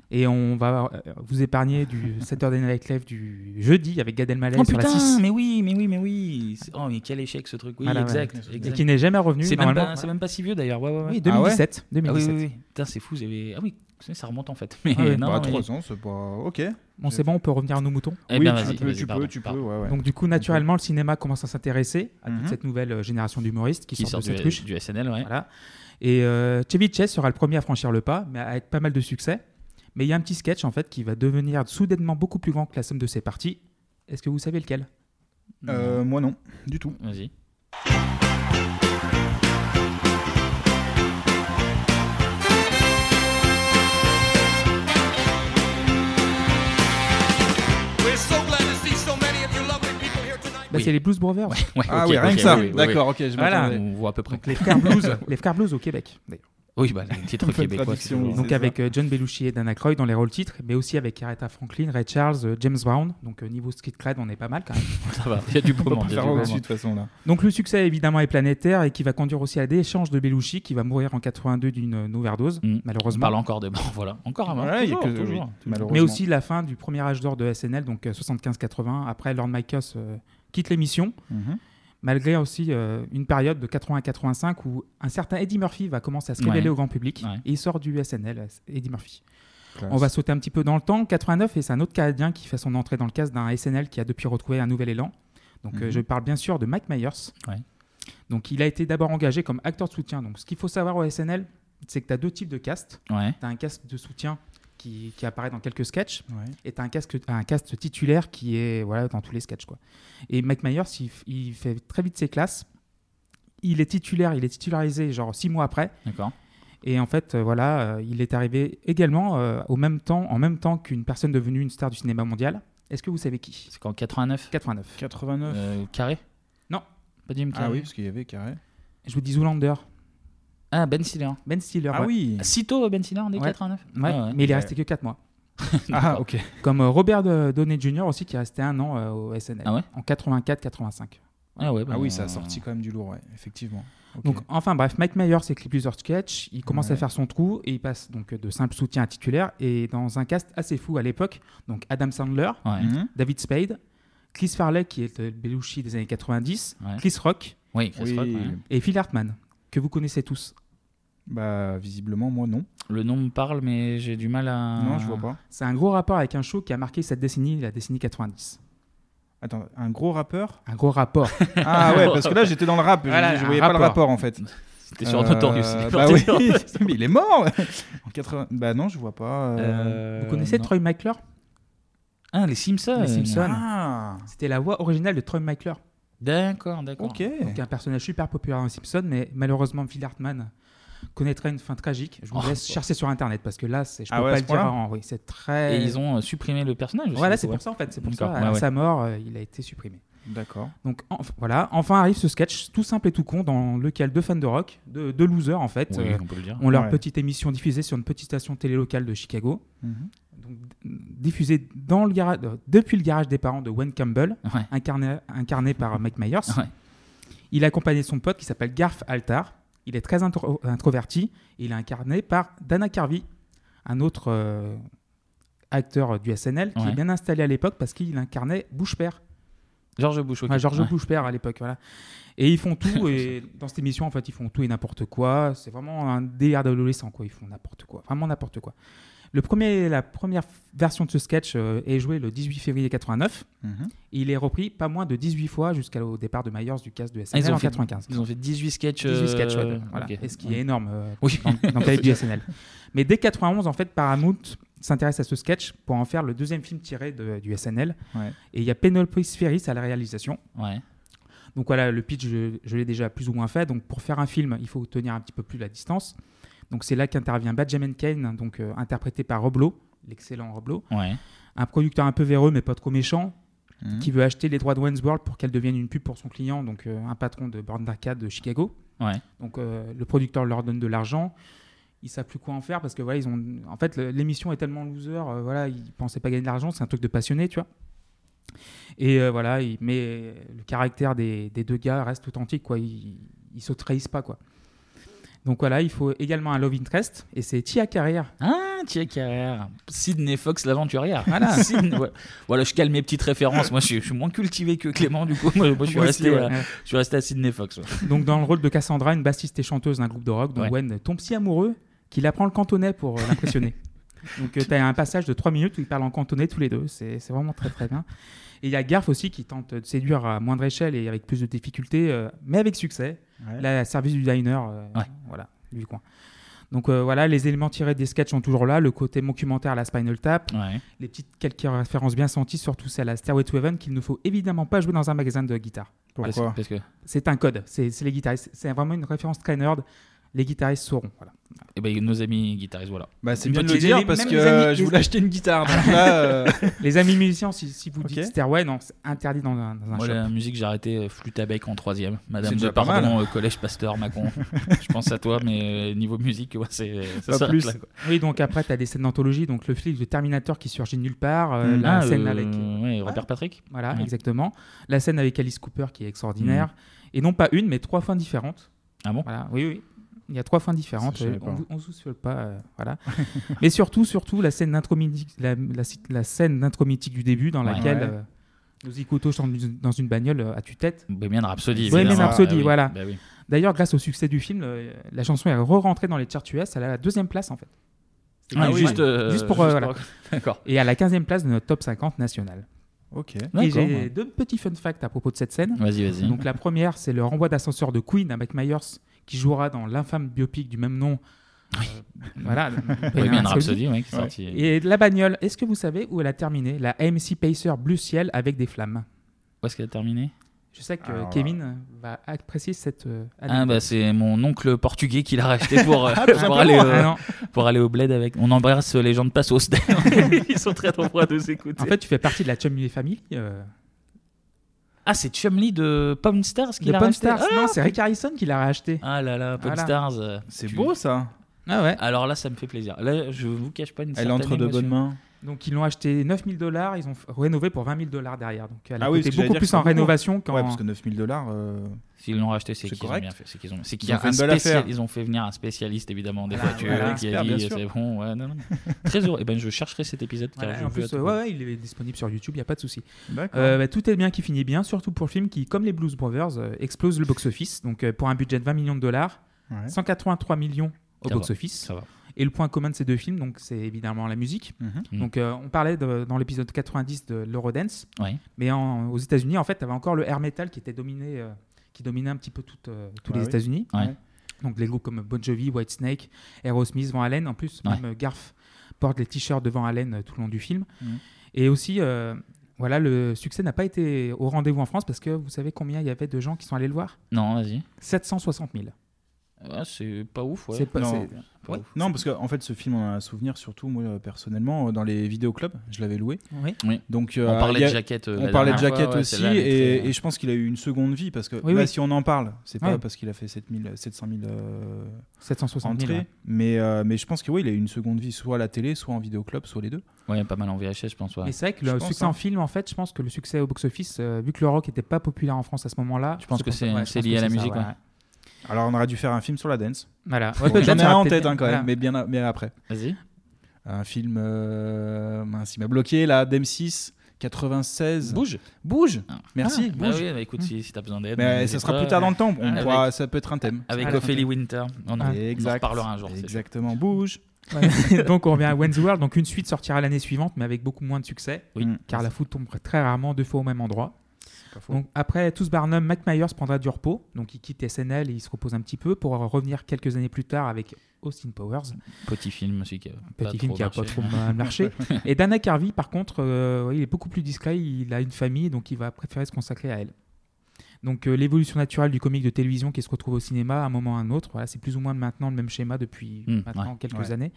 Et on va euh, vous épargner du Saturday Night Live du jeudi avec Gad Elmaleh
Oh
sur la 6.
putain, mais oui, mais oui, mais oui. C'est- Oh, mais quel échec ce truc. Oui,
Voilà,
exact,
ouais. Et
exact.
qui n'est jamais revenu,
C'est même,
normalement.
pas- c'est même pas si vieux d'ailleurs. Ouais, ouais, ouais.
Oui, 2017,
Ah ouais Ah oui,
2017.
oui, oui. Putain, c'est fou. j'avais- Ah oui, ça remonte en fait. Mais
Ah oui.
non,
Bah,
mais-
trois ans, c'est pas. Ok.
Bon, c'est bon, on peut revenir à nos moutons.
Eh bien, vas-y, vas-y, pardon, pardon.
Donc, du coup, naturellement, le cinéma commence à s'intéresser à toute
Mhm.
cette nouvelle euh, génération d'humoristes qui,
Qui
sortent de
sort
cette
du-
ruche.
du SNL, ouais.
Voilà. Et euh, Chevy Chase sera le premier à franchir le pas, mais avec pas mal de succès. Mais il y a un petit sketch, en fait, qui va devenir soudainement beaucoup plus grand que la somme de ses parties. Est-ce que vous savez lequel
Euh, moi non, du tout.
Vas-y.
We're so glad to see so many of you lovely people here tonight.
Bah, C'est les Blues Brothers.
Ouais,
Ah
ok,
oui, rien
ok,
que ça.
oui, oui, oui.
D'accord, ok, je
Voilà.
m'attendais.
On voit à peu près.
Donc, les frères blues, les frères blues au Québec. d'ailleurs.
Oui, bah, les titres
On fait une
québécois,
traduction,
c'est toujours-
Donc
c'est
avec euh, John Belushi et Dana Croy dans les rôles titres, mais aussi avec Aretha Franklin, Ray Charles, euh, James Brown. Donc euh, niveau skit cred, on est pas mal quand même.
Ça va, il y a du beau
On peut
monde,
pas
il y a
faire
du beau
au-dessus,
monde.
de toute façon, là. Donc le succès évidemment est planétaire et qui va conduire aussi à des échanges de Belushi qui va mourir en 82 d'une euh, overdose malheureusement.
On parle encore de mort, voilà. Encore un mort.
Ouais, il y a
Ah, bah, toujours,
que-
toujours.
oui, Mais aussi la fin du premier âge d'or de SNL, donc euh, 75-80. Après, Lord Micos euh, quitte l'émission.
Mhm.
Malgré aussi euh, une période de 80 à 85 où un certain Eddie Murphy va commencer à se révéler
Ouais.
au grand public et il sort du SNL, euh, Eddie Murphy.
Classe.
On va sauter un petit peu dans le temps. 89, et c'est un autre Canadien qui fait son entrée dans le casque d'un SNL qui a depuis retrouvé un nouvel élan. Donc euh,
Mhm.
je parle bien sûr de Mike Myers.
Ouais.
Donc il a été d'abord engagé comme acteur de soutien. Donc ce qu'il faut savoir au SNL, c'est que tu as deux types de castes.
Ouais.
Tu as un casque de soutien qui, qui apparaît dans quelques sketchs et tu as un, casque, un cast titulaire qui est voilà, dans tous les sketchs. Quoi. Et Mike Myers, il, f- il fait très vite ses classes. Il est titulaire, il est titularisé genre six mois après.
D'accord.
Et en fait, euh, voilà, euh, il est arrivé également euh, au même temps, en même temps qu'une personne devenue une star du cinéma mondial. Est-ce que vous savez qui
C'est qu'en 89
89.
89.
Euh, carré
Non.
Pas Jim Carrey.
Ah oui, parce qu'il y avait Carré.
Je vous dis Zoolander.
Ah, Ben Stiller.
Ben Stiller.
Ah oui. Sitôt Ben Stiller en
est
89.
Ouais,
Ah ouais.
mais il est
Ouais.
resté que 4 mois.
Ah, ok.
Comme euh, Robert euh, Downey Jr. aussi, qui est resté un an euh, au SNL.
Ah ouais
en 84-85.
Ah ouais,
ah oui, ça a sorti quand même du lourd, ouais, effectivement. Ok.
Donc, enfin bref, Mike Myers écrit plusieurs sketchs, il commence à
Ouais.
faire son trou et il passe donc euh, de simple soutien à titulaire et dans un cast assez fou à l'époque, donc Adam Sandler,
Ouais. Mhm.
David Spade, Chris Farley qui est le Belushi des années 90, Chris Rock,
Oui, Chris Oui. Rock, ouais.
et Phil Hartman que vous connaissez tous.
Bah visiblement moi non.
Le nom me parle mais j'ai du mal à
Non, je vois pas.
C'est un gros rapport avec un show qui a marqué cette décennie, la décennie 90.
Attends, un gros rappeur
Un gros rapport.
Ah ouais, parce que là j'étais dans le rap, je- je, voyais pas le rapport en fait.
C'était sur Notorious.
Bah
C'était
oui,
sur Notorious.
mais il est mort en 80... Bah non, je vois pas. euh,
Vous connaissez
non.
Troy Michler
Ah, les Simpsons.
Les Simpsons.
Ah.
C'était la voix originale de Troy Michler.
D'accord, d'accord. Ok.
Donc un personnage super populaire dans les Simpsons, mais malheureusement Phil Hartman connaîtra une fin tragique. Je vous
Oh.
laisse chercher sur internet parce que là, c'est- je
Ah
peux
ouais, à
pas
ce
le dire
point-là
en oui, c'est très.
Et ils ont euh, supprimé le personnage. aussi,
Voilà,
du
c'est
coup,
pour
ouais.
ça en fait, c'est pour ça.
D'accord,
à
ouais,
sa
ouais.
mort, euh, il a été supprimé.
D'accord.
Donc en- voilà, enfin arrive ce sketch tout simple et tout con dans lequel deux fans de rock, deux, deux losers en fait,
hein.
euh,
Oui, on peut le dire.
ont leur
Ouais.
petite émission diffusée sur une petite station télé locale de Chicago,
Mhm.
Donc, d- diffusée dans le garage, euh, depuis le garage des parents de Wayne Campbell, incarné, incarné par euh, Mike Myers. Il accompagnait son pote qui s'appelle Garf Altar. Il est très intro- euh, introverti. Il est incarné par Dana Carvey, un autre euh, acteur euh, du SNL qui
Ouais.
est bien installé à l'époque parce qu'il incarnait Bush père.
George Bush, ok.
Ouais, George
Ouais.
Bush père à l'époque, voilà. Et ils font tout et dans cette émission en fait ils font tout et n'importe quoi. C'est vraiment un délire d'adolescent quoi. Ils font n'importe quoi, vraiment n'importe quoi. Le premier, la première version de ce sketch euh, est jouée le 18 février 89.
Bah,
Mhm.
Et il est repris pas moins de 18 fois jusqu'au départ de Myers du cast de
Ah,
SNL
ils, ont
en
fait,
95.
ils ont fait 18 sketchs.
18 sketchs, ouais,
euh,
voilà.
ok.
Et ce qui
Ouais.
est énorme euh,
Oui.
dans, dans le cadre du SNL. Mais dès 91, en fait, Paramount s'intéresse à ce sketch pour en faire le deuxième film tiré de- du SNL.
Ouais.
Et il y a Penelope Spheris à la réalisation.
Ouais.
Donc voilà, le pitch, je, je l'ai déjà plus ou moins fait. Donc pour faire un film, il faut tenir un petit peu plus la distance. Donc c'est là qu'intervient Benjamin Kane, donc euh, interprété par Roblo, l'excellent Roblo.
Ouais.
Un producteur un peu véreux mais pas trop méchant,
Mhm.
qui veut acheter les droits de Wayne's World pour qu'elle devienne une pub pour son client, donc euh, un patron de borne d'arcade de Chicago.
Ouais.
Donc euh, le producteur leur donne de l'argent, ils savent plus quoi en faire parce que voilà, ils ont en fait le- l'émission est tellement loser, euh, voilà, ils pensaient pas gagner de l'argent, c'est un truc de passionné, tu vois. Et euh, voilà, il- mais le caractère des, des deux gars reste authentique quoi, ils, ils se trahissent pas quoi. Donc voilà, il faut également un love interest et c'est Tia Carrière.
Ah, Tia Carrère. Sydney Fox, l'aventurière.
Voilà.
Sydney- ouais. Voilà, je calme mes petites références. Moi, je suis, je suis moins cultivé que Clément, du coup. Moi, moi, je, suis
Moi aussi,
resté,
ouais.
à- je suis resté à Sydney Fox. ouais.
Donc dans le rôle de Cassandra, une bassiste et chanteuse d'un groupe de rock, dont
Ouais.
Wen tombe si amoureux qu'il apprend le cantonais pour euh, l'impressionner. Donc tu as un passage de 3 minutes où ils parlent en cantonais tous les deux, c'est c'est vraiment très très bien. Et il y a Garf aussi qui tente de séduire à moindre échelle et avec plus de difficultés, euh, mais avec succès.
Ouais.
La service du diner, euh,
Ouais.
voilà, du coin. Donc euh, voilà, les éléments tirés des sketchs sont toujours là, le côté documentaire à la Spinal Tap,
Ouais.
les petites quelques références bien senties, surtout celle à Stairway to Heaven qu'il ne faut évidemment pas jouer dans un magasin de guitare.
Pourquoi Parce que-
C'est un code, c'est c'est les guitaristes, c'est vraiment une référence très nerd, les guitaristes sauront. Voilà.
Eh ben, nos amis guitaristes, voilà.
Bah, c'est
Une
bien de le
petite-
dire
les-
parce
même
que
les amis-
euh, je
les-
voulais acheter une guitare. donc là, euh,
Les amis musiciens, si, si vous dites
Ok.
Stairway, non, c'est interdit dans un, dans un
Moi,
shop.
la musique, j'ai arrêté euh, flûte à bec en troisième. Madame
Ah, C'est
de
déjà pas mal. hein.
Pardon, euh, collège Pasteur, Macon. je pense à toi, mais euh, niveau musique, ouais, c'est ça s'arrête là, quoi.
Oui, donc après, tu as des scènes d'anthologie, donc le flic de Terminator qui surgit nulle part, euh,
Mm.
la
Ah,
scène
euh,
avec.
ouais, Robert Patrick.
Voilà,
Ouais.
exactement. La scène avec Alice Cooper qui est extraordinaire. Et non pas une, mais trois fins différentes.
Mm. Ah bon
Oui, oui. Il y a trois fins différentes.
Ça, je savais
Euh,
pas.
on, vous- on vous souffle pas. euh, voilà. mais surtout, surtout, la scène d'intro mythique, la, la- la scène d'intro mythique du début dans
Ouais.
laquelle.
Ouais.
euh, nos Ikuto chantent dans une bagnole euh, à tue-tête.
Bohemian Rhapsody,
Bohemian
évidemment.
Rhapsody,
Ah oui,
voilà.
bah oui.
D'ailleurs, grâce au succès du film, euh, la chanson est re-rentrée dans les charts US. Elle est à la deuxième place, en fait. C'est
Ah
dingue,
oui,
ouais.
juste, euh,
Juste pour...
juste
euh, voilà.
pour- D'accord.
Et à la 15e place de notre top 50 national.
Ok.
Et
D'accord,
j'ai
ouais.
deux petits fun facts à propos de cette scène.
Vas-y, vas-y.
Donc la première, c'est le renvoi d'ascenseur de Queen à Mike Myers, qui jouera dans l'infâme biopic du même nom. Euh, voilà.
Bohemian Rhapsody, ouais, qui est sorti. euh,
Et la bagnole, est-ce que vous savez où elle a terminé La AMC Pacer bleu ciel avec des flammes.
Où est-ce qu'elle a terminé
Je sais que
Alors,
Kevin va apprécier cette. euh,
Ah
anecdote.
bah c'est mon oncle portugais qui l'a racheté pour, euh,
Ah, tout
pour, aller,
simplement.
euh,
Ah non.
pour aller au bled avec. On embrasse les gens de Passos. d'ailleurs. Ils sont très nombreux à nous écouter.
En fait, tu fais partie de la Chumley Family. euh,
Ah, c'est Chumley de Pawn Stars qui
De
l'a
Pawn
racheté
Stars,
Ah
non, c'est Rick Harrison qui l'a racheté.
Ah là là, Pawn
Voilà.
Stars. euh,
C'est
tu-
beau ça.
Ah ouais.
Alors là, ça me fait plaisir. Là, je vous cache pas une
Elle est entre
certaine
de bonnes
émotion.
mains.
Donc ils l'ont acheté 9000 dollars, ils ont f- rénové pour 20 000 dollars derrière. Donc elle a
Ah parce
coûté
que j'allais
beaucoup
dire
plus
que c'est
en
beaucoup.
rénovation qu'en.
Ouais, parce que 9000 dollars. euh,
S'ils l'ont racheté, c'est qu'ils ont
correct.
bien fait. C'est qu'ils ont, c'est
Ils
qu'il y
ont
a
fait
un
une belle
spécial-
affaire.
Ils ont fait venir un spécialiste, évidemment, des
Voilà,
voitures,
voilà,
qui a
expert, bien
dit
sûr.
c'est bon. Ouais, non, non. Très heureux. Eh ben, je chercherai cet épisode. car
Voilà,
je
en
veux
plus,
être-
euh, ouais, ouais, il est disponible sur YouTube, il n'y a pas de souci.
D'accord.
Euh, bah, tout est bien qui finit bien, surtout pour le film qui, comme les Blues Brothers, euh, explose le box-office. Donc euh, pour un budget de 20 millions de dollars,
Ouais.
183 millions au
Ça va,
box-office.
ça va.
Et le point commun de ces deux films, donc c'est évidemment la musique.
Mhm.
Donc euh, on parlait de- dans l'épisode 90 de l'Eurodance,
Ouais.
mais en- aux États-Unis, en fait, t'avais encore le air metal qui était dominé, euh, qui dominait un petit peu tout, euh, tous
Ah
les
oui.
États-Unis.
Ouais.
Donc les groupes comme Bon Jovi, Whitesnake, Aerosmith, Van Halen, en plus
Ouais.
même euh, Garth porte les t-shirts de Van Halen euh, tout le long du film.
Mhm.
Et aussi, euh, voilà, le succès n'a pas été au rendez-vous en France parce que vous savez combien il y avait de gens qui sont allés le voir
Non, vas-y.
760 000.
Ah, c'est pas ouf. Ouais.
C'est pas-
Non.
c'est-
Pas
Ouais.
ouf.
Non, parce qu'en en fait, ce film, on a un souvenir surtout, moi, euh, personnellement, euh, dans les vidéoclubs. Je l'avais loué.
Oui.
Oui.
Donc, euh,
On parlait
il y a-
de jaquette. euh,
On
la
parlait de
dernière fois,
jaquette
ouais,
aussi,
celle-là, elle
et,
était-
et je pense qu'il a eu une seconde vie parce que
Oui,
là,
oui.
si on en parle, c'est pas
Ouais.
parce qu'il a fait 7000, 700 000 euh,
760 000.
entrées,
ouais.
mais, euh, mais je pense que oui, il a eu une seconde vie, soit à la télé, soit en vidéoclub, soit les deux.
Ouais, pas mal en VHS, je pense. ouais.
Mais c'est vrai que
Je
le
pense,
succès
hein.
en film, en fait, je pense que le succès au box-office, euh, vu que le rock n'était pas populaire en France à ce moment-là.
Je pense que
pour ça-
c'est-
ouais, je
c'est
pense
lié
que
à la
c'est ça,
musique, ouais.
Alors, on aurait dû faire un film sur la dance.
Voilà.
Bon,
Ouais,
J'en ai
ça
un en
aurait
tête
peut-être-
hein, quand
voilà.
même, mais bien, a- mais après.
Vas-y.
Un film, euh, mince, il m'a bloqué là, Dem6, 96.
Bouge.
Bouge
Ah.
Merci,
Bah
bouge
oui, bah écoute, si, si t'as besoin d'aide.
Mais
n'hésite
ça sera
pas.
plus tard dans le temps, on
Avec-
pourra- ça peut être un thème.
Avec
Voilà.
Ophélie Winter. On en, on en
Exact.
reparlera un jour. c'est sûr.
Exactement, bouge
Ouais. donc on revient à When's the World, donc une suite sortira l'année suivante, mais avec beaucoup moins de succès,
Oui.
Mm.
car la foot tombe très rarement deux fois au même endroit. Donc après tous Barnum, Mac Myers prendra du repos, donc il quitte SNL et il se repose un petit peu pour revenir quelques années plus tard avec Austin Powers,
Petit film aussi. Qui a pas
petit film
trop
qui a
marché.
pas trop mal marché. et Dana Carvey, par contre, euh, il est beaucoup plus discret, il a une famille, donc il va préférer se consacrer à elle. Donc euh, l'évolution naturelle du comique de télévision qui se retrouve au cinéma à un moment ou à un autre, voilà, c'est plus ou moins maintenant le même schéma depuis
Hmm,
maintenant quelques
Ouais.
années.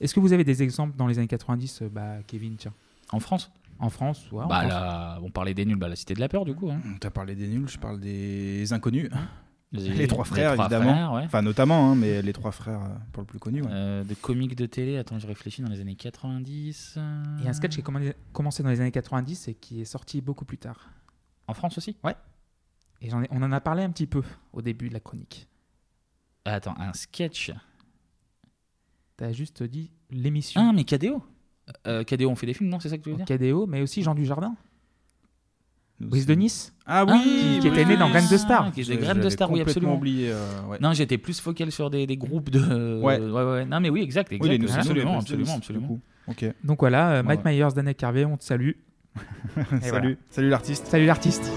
Est-ce que vous avez des exemples dans les années 90, euh, bah, Kevin, tiens,
En France
en France ou en
Bah
France
là, on parlait des nuls. Bah la Cité de la Peur, du coup. hein.
Mmh.
On t'a parlé des nuls, je parle des inconnus.
Les,
Les trois frères, évidemment.
frères, ouais.
Enfin, notamment, hein, mais les trois frères euh, pour le plus connu. ouais.
Euh, de comiques de télé, attends, je réfléchis dans les années 90. euh,
Il y a un sketch qui a commen- commencé dans les années 90 et qui est sorti beaucoup plus tard.
En France aussi
Et j'en ai- on en a parlé un petit peu au début de la chronique.
Ah, Attends, un sketch.
T'as juste dit l'émission
Ah, mais KDO euh, KDO, on fait des films, non C'est ça que tu veux
en
dire
KDO, mais aussi Jean Dujardin,
Nous,
Brice
c'est-
de Nice.
Ah oui,
qui- qui
oui,
était né
oui,
dans
oui,
Graines de
oui.
Star.
Qui était
Je-
Graines de
j'avais
Star, oui,
complètement
absolument.
oublié. euh, ouais.
Non, j'étais plus focal sur des, des groupes de.
Ouais.
ouais, ouais. Non, mais oui, exact. exact.
Oui, les Nous, c'est nous, les
absolument,
Brice de
absolument,
Nice, du
absolument.
coup. Ok.
Donc voilà, euh,
Ouais,
Mike Myers, Dana Carvey, on te salue. Et
Salut,
voilà.
salut l'artiste.
Salut l'artiste.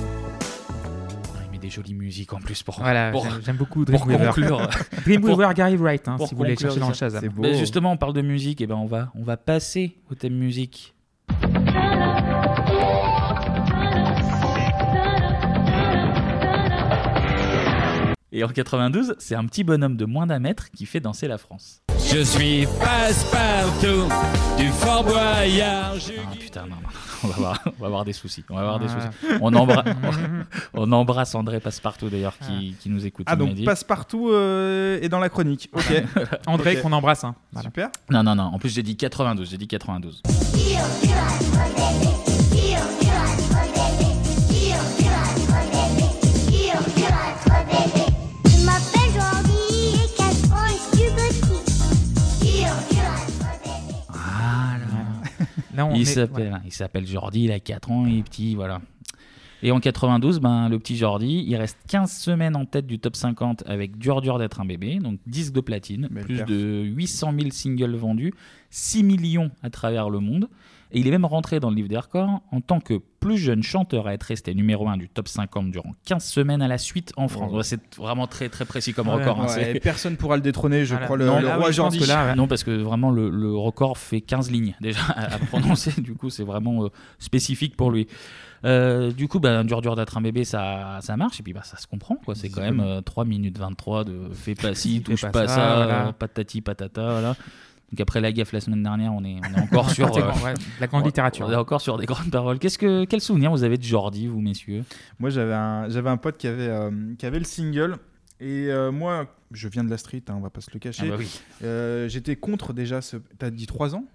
Ah, il met des jolies musiques en plus pour.
Voilà,
pour...
j'aime- j'aime beaucoup
pour
Dreamweaver.
conclure.
Dreamweaver, Gary Wright, hein,
pour
si vous voulez
conclure,
chercher dans le
ça,
Shazam.
C'est beau.
Ben, justement, on parle de musique, et ben on va, on va passer au thème musique. Et en 92, c'est un petit bonhomme de moins d'un mètre qui fait danser la France.
Je suis passe-partout du Fort Boyard. Je...
Ah putain, non, non, non, on va avoir, on va avoir des soucis. On va avoir des
Ah.
soucis. On, embra- on embrasse André Passepartout d'ailleurs qui, qui nous écoute.
Ah
il m'a
donc
dit.
passe-partout euh, est dans la chronique. Ok,
André,
Ok.
qu'on embrasse. hein. Voilà.
super.
Non, non, non. En plus, j'ai dit 92. J'ai dit 92.
Je m'appelle Jordi et 4 ans, je suis petit.
Ah là là.
Là, on
Il
est-
s'appelle, hein,
ouais.
il s'appelle Jordi, il a 4 ans, il est petit, voilà. Et en 92, ben, le petit Jordi, il reste 15 semaines en tête du top 50 avec Dur Dur d'être un bébé, donc disque de platine,
Belle
plus
perf.
de 800 000 singles vendus, 6 millions à travers le monde. Et il est même rentré dans le livre des records en tant que plus jeune chanteur à être resté numéro 1 du top 50 durant 15 semaines à la suite en France. Ouais, c'est vraiment très très précis comme
Ouais,
record. hein,
ouais,
c'est-
et personne pourra le détrôner, je
Voilà. ah
crois, le, le roi Jordi.
Non, parce que vraiment, le, le record fait 15 lignes déjà à, à prononcer. du coup, c'est vraiment euh, spécifique pour lui. Euh, du coup, bah, dur dur d'être un bébé, ça, ça marche. Et puis, bah, ça se comprend. quoi. C'est quand même euh, 3 minutes 23 de fais pas ci, touche
pas
pas,
ça,
ça,
voilà.
euh, patati patata. Voilà. Donc après la gaffe la semaine dernière, on est, on est encore sur euh,
Pratiquement, ouais, la grande
on-
littérature.
On est encore sur des grandes paroles. Qu'est-ce que quel souvenir vous avez de Jordi, vous messieurs
Moi, j'avais un, j'avais un pote qui avait, euh, qui avait le single. Et euh, moi, je viens de la street, hein, on va pas se le cacher.
Ah bah oui.
Euh, j'étais contre déjà ce. T'as dit 3 ans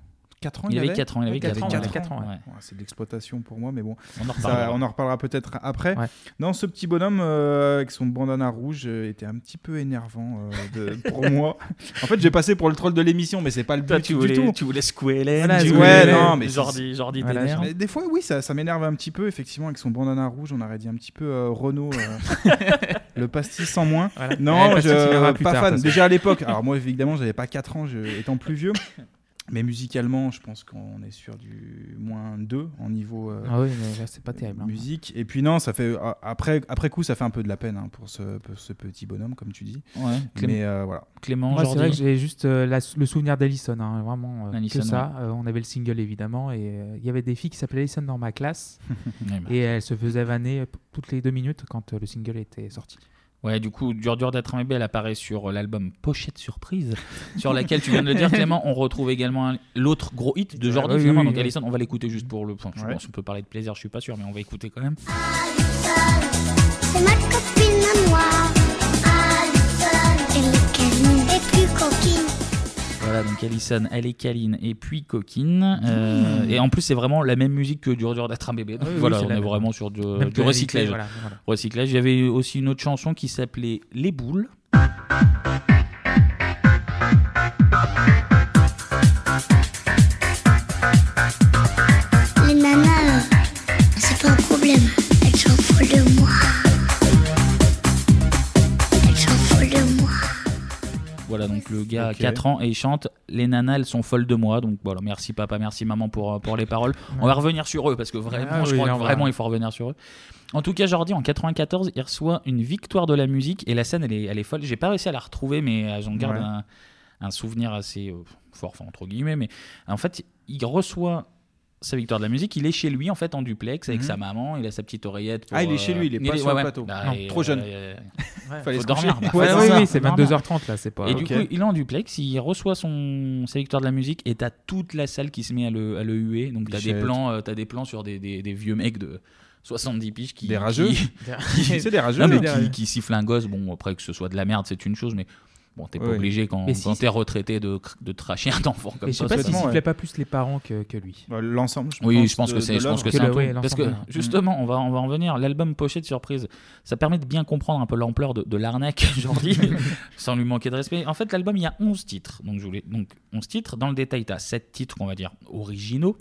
4 ans
Il avait 4 ans, il avait 4 ans, ouais.
ans,
Ouais.
Ouais, c'est de l'exploitation pour moi, mais bon.
On en
Ça,
reparlera.
on en reparlera peut-être après. Non, ce petit bonhomme euh, avec son bandana rouge euh, était un petit peu énervant euh, de- pour moi. En fait, j'ai passé pour le troll de l'émission, mais c'est pas le but
Toi, tu voulais-
du tout.
tu voulais secouer Hélène, tu
ouais,
voulais-
non, mais
Jordi-
c'est-
Jordi
Voilà,
t'énerve.
mais Des fois, oui, ça, ça m'énerve un petit peu. Effectivement, avec son bandana rouge, on aurait dit un petit peu euh, Renault, euh, le pastis sans moins.
Voilà. Ouais, le
Non,
pastis, il
je
viendra plus
pas
tard, de
fan.
toute façon.
Déjà à l'époque. Alors moi, évidemment, j'avais pas 4 ans, je, étant plus vieux. Mais musicalement, je pense qu'on est sur du moins 2 en niveau euh,
Ah oui, mais là, c'est pas terrible, hein.
musique. Et puis non, ça fait a- après après coup, ça fait un peu de la peine hein, pour, ce, pour ce petit bonhomme, comme tu dis.
Ouais, Clé-
Mais euh, voilà.
Clément,
Moi, c'est vrai que j'ai juste euh, la- le souvenir d'Alison, hein, vraiment euh,
Alison,
que ça. Euh, on avait le single évidemment, et euh, il y avait des filles qui s'appelaient Alison dans ma classe,
Ouais, bah.
et elles se faisaient vanner euh, p- toutes les deux minutes quand euh, le single était sorti.
Ouais, du coup, Dur Dur d'être un bébé, elle apparaît sur euh, l'album Pochette Surprise, sur laquelle tu viens de le dire, Clément. On retrouve également un- l'autre gros hit de
Ouais,
Jordi,
oui,
finalement.
oui,
Donc,
oui.
Alison, on va l'écouter juste pour le. Enfin, je pense qu'on peut parler de plaisir, je suis pas sûr, mais on va écouter quand même.
C'est ma copine à moi. Alison. Elle est câline et plus coquine.
Voilà, donc Alison, elle est câline et puis coquine. Euh,
Mmh.
Et en plus, c'est vraiment la même musique que Dur Dur d'être un bébé. Donc,
Ah oui, oui,
voilà,
c'est
on
la
est
même.
vraiment sur du,
Même
Euh, du
tonalité,
recyclage.
voilà, voilà.
Recyclage. J'avais aussi une autre chanson qui s'appelait Les boules.
Les nanas, c'est pas un problème. Elles s'en foutent de moi. Elles s'en foutent de moi.
Voilà, donc le gars
Ok.
a 4 ans et il chante Les nanas, elles sont folles de moi. Donc voilà, merci papa, merci maman pour, euh, pour les paroles. On va revenir sur eux parce que vraiment,
Ah
je
oui,
crois
là,
que
on va-
vraiment, il faut revenir sur eux. En tout cas, Jordi, en 94, il reçoit une victoire de la musique et la scène, elle est, elle est folle. J'ai pas réussi à la retrouver, mais euh, j'en garde
Ouais.
un, un souvenir assez euh, fort, enfin, entre guillemets. Mais en fait, il reçoit sa victoire de la musique, il est chez lui en fait en duplex avec
Mhm.
sa maman, il a sa petite oreillette. pour,
Ah, il est chez lui, il est
euh,
pas sur
ouais,
le
ouais.
plateau.
Bah,
Non,
et,
trop jeune.
euh,
Fallait
faut
se
dormir.
coucher.
Bah,
Ouais,
faut
oui,
dormir.
oui, c'est
Faut dormir.
22h30 là, c'est pas-
Et
Ok.
du coup, il est en duplex, il reçoit son sa victoire de la musique et t'as toute la salle qui se met à le, à le huer. Donc t'as des
Bichette.
plans, euh, t'as des plans sur des, des, des vieux mecs de 70 piges qui
Des rageux.
qui- qui-
C'est des rageux,
Non, mais
des
qui-
rageux.
qui, sifflent un gosse. Bon après que ce soit de la merde, c'est une chose, mais bon t'es pas
Ouais.
obligé quand,
Mais si,
quand
si.
t'es retraité de cr- de tracher un enfant comme
et je
ça.
sais pas
c'est-
s'il sifflait pas plus les parents que, que lui.
L'ensemble,
oui, je pense que c'est, je pense que c'est un tout.
ouais,
Parce que
l'ensemble de- Mm.
justement, on va, on va en venir. L'album Pochette Surprise, ça permet de bien comprendre un peu l'ampleur de, de l'arnaque, aujourd'hui, sans lui manquer de respect. En fait, l'album, il y a 11 titres. Donc, je voulais, donc 11 titres. Dans le détail, tu as 7 titres, qu'on va dire, originaux.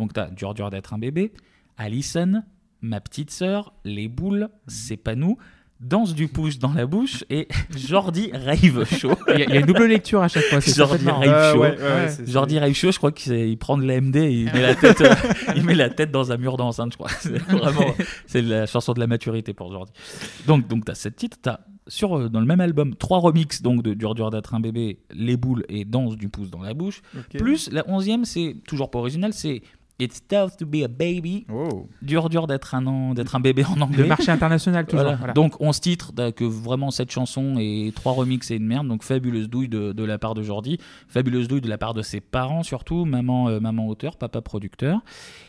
Donc, tu as Dur Dur d'être un bébé, Allison, Ma petite sœur, Les boules, C'est pas nous. Danse du pouce dans la bouche et Jordi rave chaud.
Il y a- il y a une double lecture à chaque fois, c'est
Jordi
complètement-
rave
Ouais,
chaud.
ouais, ouais, ouais, c'est-
Jordi Rave Show, je crois qu'il prend de la MD et il met la tête, euh, il met la tête dans un mur d'enceinte, je crois. C'est vraiment, c'est la chanson de la maturité pour Jordi. Donc, donc as cette titre, t'as sur euh, dans le même album trois remixes donc de Dur Dur d'être un bébé, les boules et danse du pouce dans la bouche.
Ok.
Plus la onzième, c'est toujours pas original, c'est It's tough to be a baby. Dur dur d'être un an- d'être un bébé en anglais.
Le marché international, toujours,
Voilà.
voilà.
Donc 11 titres t'as que vraiment cette chanson et trois remixes et une merde. Donc fabuleuse douille de, de la part de Jordi, fabuleuse douille de la part de ses parents surtout, maman euh, maman auteur, papa producteur.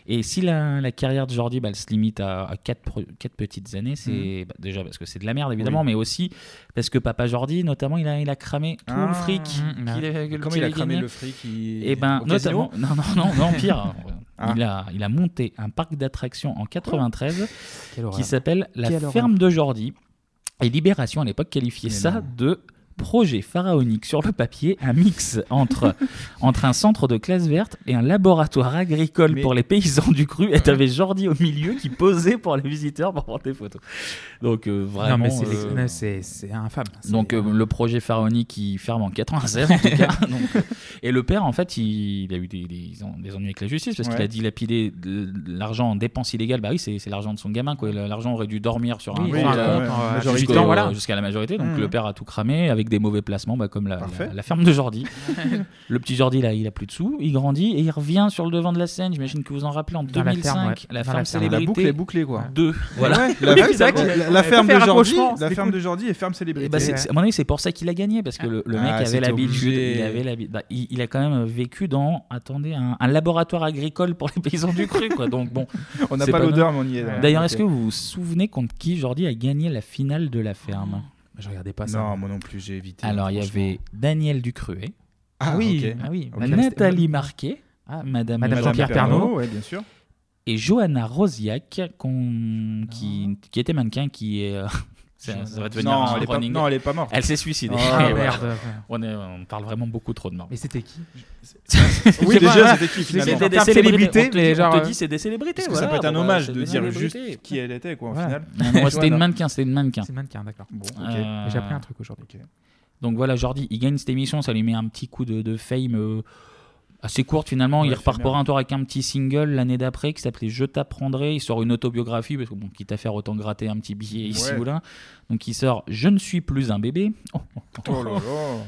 Et si la, la carrière de Jordi bah, elle se limite à, à quatre, pro- quatre petites années, c'est bah, déjà parce que c'est de la merde évidemment,
Mhm. Oui.
mais aussi parce que papa Jordi notamment il a il a cramé tout
Ah.
le fric.
Hum,
Mmh,
qu'il
bah.
avait- que le
Comment
petit
il a
avait
cramé
gagné.
le fric, il-
Eh ben
au casino
notamment non non non non pire.
Ah.
Il, a, il a monté un parc d'attractions en 93
Quelle horreur.
qui s'appelle La
Quelle horreur.
Ferme de Jordi. Et Libération à l'époque qualifiait ça de projet pharaonique sur le papier, un mix entre, entre un centre de classe verte et un laboratoire agricole pour les paysans du cru. Et t'avais Jordi au milieu qui posait pour les visiteurs pour prendre des photos. Donc euh,
Non,
vraiment.
mais c'est les-
euh,
mais c'est- c'est infâme. C'est-
donc euh, le projet pharaonique qui ferme en 96 en tout cas. Donc, euh, et le père en fait il, il a eu des, des en- des ennuis avec la justice parce qu'il
Ouais.
a dilapidé de l'argent en dépenses illégales. Bah oui c'est c'est l'argent de son gamin quoi. L'argent aurait dû dormir sur un,
Oui,
bon
oui,
compte,
euh, ouais,
euh,
à
jusqu'au-
18 ans, voilà.
jusqu'à la majorité. Donc
Mhm.
le père a tout cramé avec des mauvais placements bah, comme la,
Parfait.
la, la ferme de Jordi. le petit Jordi là il a plus de sous, il grandit et il revient sur le devant de la scène. J'imagine que vous en rappelez en
Dans
2005
la
la
ferme,
ferme,
ouais. Dans la ferme. La
célébrité.
boucle est bouclée, quoi.
Deux. Voilà.
Ouais, la,
Oui,
la-
c'est vrai qu'il-
la- la
on avait
ferme
pas
de
fait un
Jordi,
rapprochement,
la
c'était
ferme
cool.
de Jordi est ferme célébrité.
Eh ben, c'est- c'est- à mon avis, c'est pour ça qu'il a gagné, parce que le, le
bah, Ah,
mec avait
c'était
l'habitude,
obligé.
il avait l'habi- bah, il, il a quand même vécu dans, attendez, un, un laboratoire agricole pour les paysans du cru, quoi. Donc bon,
On n'a
c'est
pas l'odeur,
nous.
mais on y est, là.
D'ailleurs,
Ah, Ok.
est-ce que vous vous souvenez contre qui Jordi a gagné la finale de la ferme Je regardais pas
ça. Non, moi non plus, j'ai évité.
Alors, il y
franchement.
avait Daniel Ducruet.
Ah oui, ok.
ah oui.
Ok. Ah,
Nathalie Marquet, Madame,
Madame
Jean-Pierre
Jean-Pierre
Pernaut,
Pernaut, ouais, bien sûr.
Et Johanna Rosiac, qu'on-
Ah.
qui, qui était mannequin, qui est. euh, Ça, ça va devenir
Non,
un
elle est pas-
running-
non, elle est pas morte.
Elle s'est suicidée.
Ah,
Et voilà.
merde.
On, est- on parle vraiment beaucoup trop de morts.
Mais c'était qui
C'est pas-
déjà,
voilà.
c'était qui, finalement
C'était des
Enfin,
célébrités.
célébrité,
on te dit-
mais genre,
on
euh,
te dit c'est des célébrités.
parce que ça
voilà,
peut être un
bon,
hommage
bah, c'est
de
des
dire
célébrités.
juste qui elle était, quoi, au
Voilà.
final.
Non, moi, C'était une
Johanna.
mannequin, c'était une mannequin.
C'est mannequin, d'accord. Bon, ok.
Euh,
J'ai appris un truc aujourd'hui.
Donc voilà, Jordi, il gagne cette émission, ça lui met un petit coup de, de fame euh, assez courte finalement.
Ouais,
il repart
éphémère.
pour un tour avec un petit single l'année d'après qui s'appelait Je t'apprendrai. Il sort une autobiographie, parce que bon, quitte à faire autant gratter un petit billet ici
Ouais.
ou là. Donc il sort Je ne suis plus un bébé. Oh, oh, oh.
Oh là là.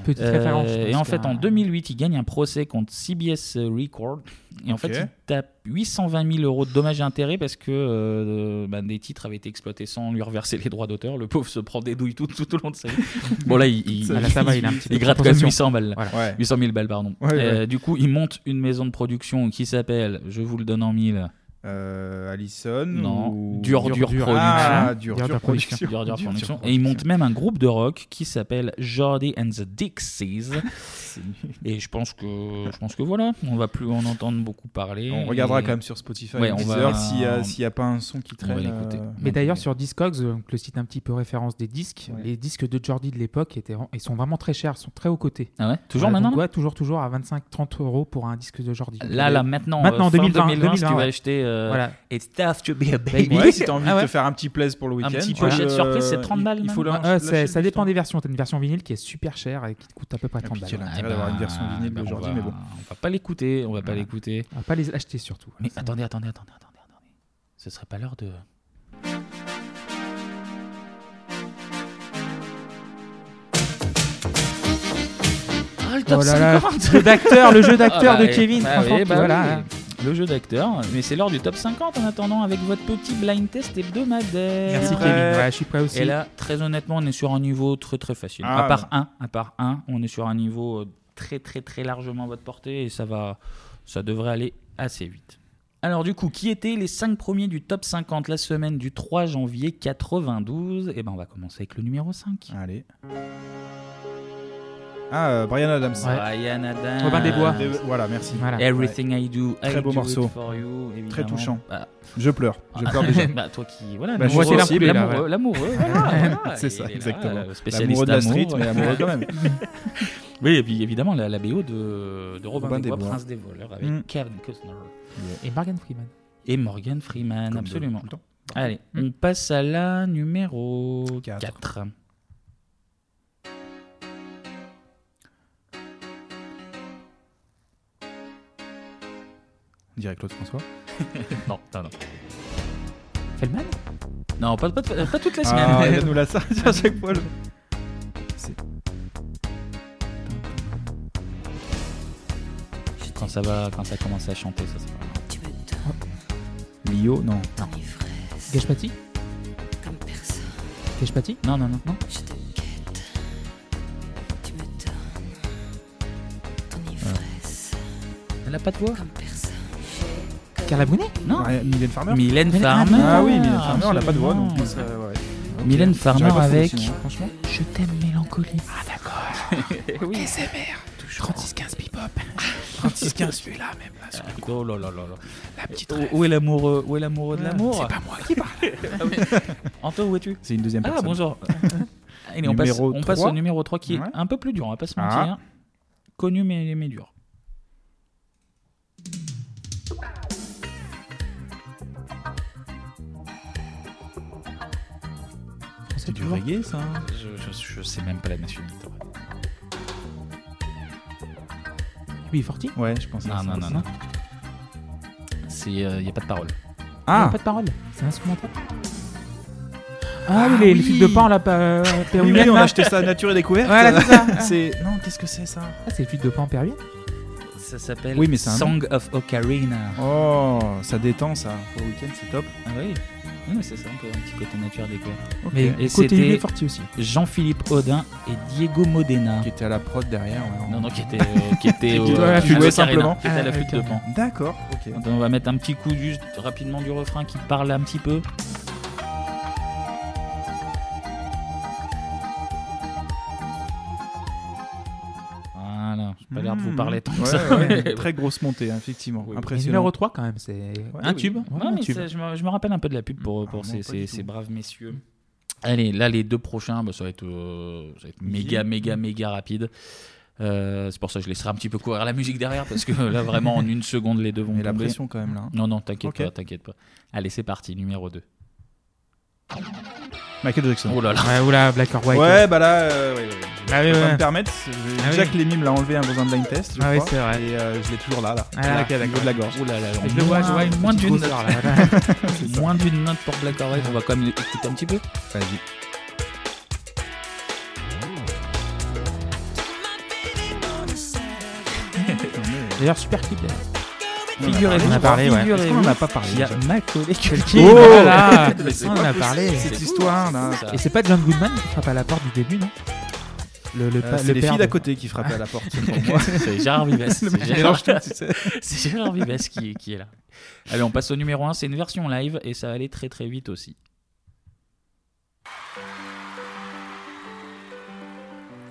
Petite référence,
euh, et
parce
en fait,
qu'un-
en 2008, il gagne un procès contre CBS euh, Record. Et en
Ok.
fait, il tape 820 000 euros de dommages et intérêts parce que euh, bah, des titres avaient été exploités sans lui reverser les droits d'auteur. Le pauvre se prend des douilles tout, tout au long de sa vie. bon, là, il, il,
Ah, là, ça va, il a un petit peu de
gratte quand même
compensation.
800 balles.
Voilà.
Ouais.
800 000 balles, pardon.
Ouais, ouais.
Euh, Du coup, il monte une maison de production qui s'appelle, je vous le donne en mille.
Euh, Allison
Non,
ou-
Dur Dur, Production.
Ah, Dur Dur, Production.
Dur Dur
Dur
Production. Et ils montent même un groupe de rock qui s'appelle Jordi and the Dixies. Et je pense que je pense que voilà, on va plus en entendre beaucoup parler.
On regardera
Et-
quand même sur Spotify
Ouais,
ou
on
Deezer
va-
s'il y a- s'il y a pas un son qui
on va
traîne,
l'écouter.
euh,
Mais d'ailleurs, sur Discogs, euh, donc le site un petit peu référence des disques, les disques de Jordi de l'époque étaient, vra- ils sont vraiment très chers, sont très haut cotés.
Ah ouais Toujours
donc
maintenant,
Ouais, toujours, toujours à 25-30 euros pour un disque de Jordi. Donc,
Là,
euh,
là, maintenant,
maintenant
euh,
en
fin
2020,
2020, si tu vas
ouais.
acheter euh,
Voilà.
It's tough to be a baby.
Ouais, si t'as envie
Ah
de
ouais.
te faire un petit plaise pour le week-end.
Un petit
tu peux,
pochette surprise, c'est
euh,
30 balles.
Il faut
même.
le-
Ah, c'est- ça dépend des versions. T'as une version vinyle qui est super chère et qui te coûte à peu
Ah,
près 30 balles.
quel intérêt d'avoir une version vinyle
Eh ben, on
d'aujourd'hui,
va-
mais bon.
On va pas l'écouter, on va pas l'écouter.
On va pas les acheter surtout.
Mais attendez, attendez, attendez, attendez, attendez. Ce serait pas l'heure de. Ah, le top
Oh là là,
50
le jeu d'acteur, le jeu d'acteur
bah,
de Kevin,
bah
franchement,
oui, bah
voilà,
oui.
hein.
Le jeu d'acteur, mais c'est l'heure du top 50 en attendant avec votre petit blind test hebdomadaire.
Merci, Kevin. Ouais, je suis prêt aussi.
Et là, très honnêtement, on est sur un niveau très très facile.
Ah,
à part
ouais.
un, à part un, on est sur un niveau euh, très très très largement à votre portée et ça va, ça devrait aller assez vite. Alors du coup, qui étaient les 5 premiers du top 50 la semaine du 3 janvier 92 Eh ben on va commencer avec le numéro 5.
Allez. Ah, euh, Brian Adams.
Brian Adams.
Robin des Bois. Des- voilà, merci. Voilà.
Everything I do, I
Très beau
do
morceau.
it for you,
Très
évidemment.
touchant.
Bah,
Je pleure. Je
Ah,
pleure déjà.
bah, toi qui- voilà,
Bah,
l'amoureux,
je suis sensible, là,
l'amoureux,
ouais.
l'amoureux, voilà, voilà,
C'est
il
ça,
est là,
exactement.
le spécialiste
L'amoureux de la
amour,
street, mais
voilà.
amoureux quand même.
oui, et puis évidemment, la, la BO de, de Robin,
Robin
des
des
Bois,
Bois.
Prince des voleurs, avec
Mm.
Kevin Costner
Et Morgan Freeman.
et Morgan Freeman,
Comme de-
absolument.
tout le temps.
Allez,
Mm.
on passe à la numéro 4.
On dirait Claude François.
non, non, non.
Feldman
Non, pas, pas, pas, pas toute la semaine.
Ah, il va nous la sortir à chaque fois. le-
Quand ça va, quand ça commence à chanter, ça c'est pas mal.
Lio, non.
Gashpati Gashpati
Non, non, non. non. Elle a pas de voix
Carla Bruni
Non.
Mylène Farmer
Mylène
Mylène-
Farmer.
Ah oui, Mylène Farmer, elle a pas de voix,
absolument.
donc ça, ouais. Ok.
Mylène Farmer
J'aurais pas trouvé,
avec
sinon, franchement.
Je t'aime mélancolie. hein, Ah d'accord.
oui. SMR. 36-15 bebop.
36-15,
celui-là, même pas
Oh là là là là. La petite où, où est l'amoureux Où est l'amoureux de
Ah,
l'amour
c'est pas moi qui parle.
Ah oui. Anto, où es-tu
C'est une deuxième
Ah
personne.
bonjour. Allez, on, passe,
Numéro
on passe
trois.
au numéro 3 qui est
Ouais.
un peu plus dur, on va pas se
Ah.
mentir. Connu mais, mais dur. Oh,
C'est du reggae, ça
je, je- je sais même pas la nationalité.
Oui, Forti
Ouais, je pense.
Non, non, non, non. Il n'y a pas de parole.
Ah
Ah.
Pas de parole, c'est instrumental. Ah, oui, les, les
oui.
flics de pain là, euh, pas
Oui, oui, on a acheté ça à Nature et Découverte.
Voilà, c'est ça.
C'est- Non, qu'est-ce que c'est ça
Ah, c'est les flics de pain péruvienne
Ça s'appelle
Oui, mais c'est un
Song of Ocarina.
Oh, ça détend, ça. Pour le week-end, c'est top.
Ah oui. Oui, mais c'est ça, un peu un petit côté nature découvert.
Ok.
Et
Côté
c'était
Hugues et Forti aussi.
Jean-Philippe Audin et Diego Modena. Qui
était à la prod derrière.
Non, non, qui était, euh, qui était au-
Qui était à
à
la flûte,
l'Ocarina,
simplement.
Qui était à la
Ah,
flûte de
ok.
pan.
D'accord, ok.
Donc, on va mettre un petit coup juste rapidement du refrain qui parle un petit peu. Voilà, j'ai pas l'air de vous parler tant que ça.
Hmm. Très grosse montée, hein, effectivement. Impressionnant.
Numéro 3 quand même, c'est
un tube.
Eh Ouais,
Ouais,
un
mais
tube.
ça, je, me, je me rappelle un peu de la pub pour, pour ces,
pas
ces-
du
ces braves messieurs. Allez, là, les deux prochains, bah, ça, va être, euh, ça va être méga, méga, méga rapide. Euh, c'est pour ça que je laisserai un petit peu courir la musique derrière parce que là vraiment en une seconde les deux vont
Mais la
tomber.
pression, quand même, là, hein.
Non non t'inquiète
Ok.
pas t'inquiète pas. Allez c'est parti numéro 2.
Michael Jackson.
Oh là là.
Ouais, oula, Black or White.
Ouais, bah là, euh, ouais, ouais, ouais.
Ah oui,
je peux pas
ouais.
me permettre. je-
Ah oui.
Jack Lémy me l'a enlevé hein, dans un blind test. Je
Ah oui,
crois,
c'est vrai.
Et euh, je l'ai toujours là, là.
Ah,
Là,
ok,
au niveau
d'accord.
de la gorge.
Oh là là,
Je le vois, je vois une
moins
petite
d'une
grosseur,
note.
là, voilà.
C'est ça.
moins d'une note pour Black Or White, on va quand même l'écouter un petit peu.
Vas-y.
D'ailleurs, super clip. d'ailleurs.
Figurez-vous,
On en a parlé, ouais.
figurez-vous
Est-ce qu'on en a pas parlé,
qu'il y a
déjà
ma collègue
King,
Oh
voilà.
Mais c'est
On en
pas
a
possible,
parlé.
cette histoire, là.
Et c'est pas John Goodman qui frappe à la porte du début, non le, le,
Euh,
pa-
c'est
le
les
père
filles
de-
d'à côté qui frappaient à la porte, pour moi.
C'est Gérard Vives.
Le
C'est
mec
Gérard,
mélange tout, tu sais.
C'est Gérard Vives qui, qui est là. Allez, on passe au numéro 1. C'est une version live et ça va aller très très vite aussi.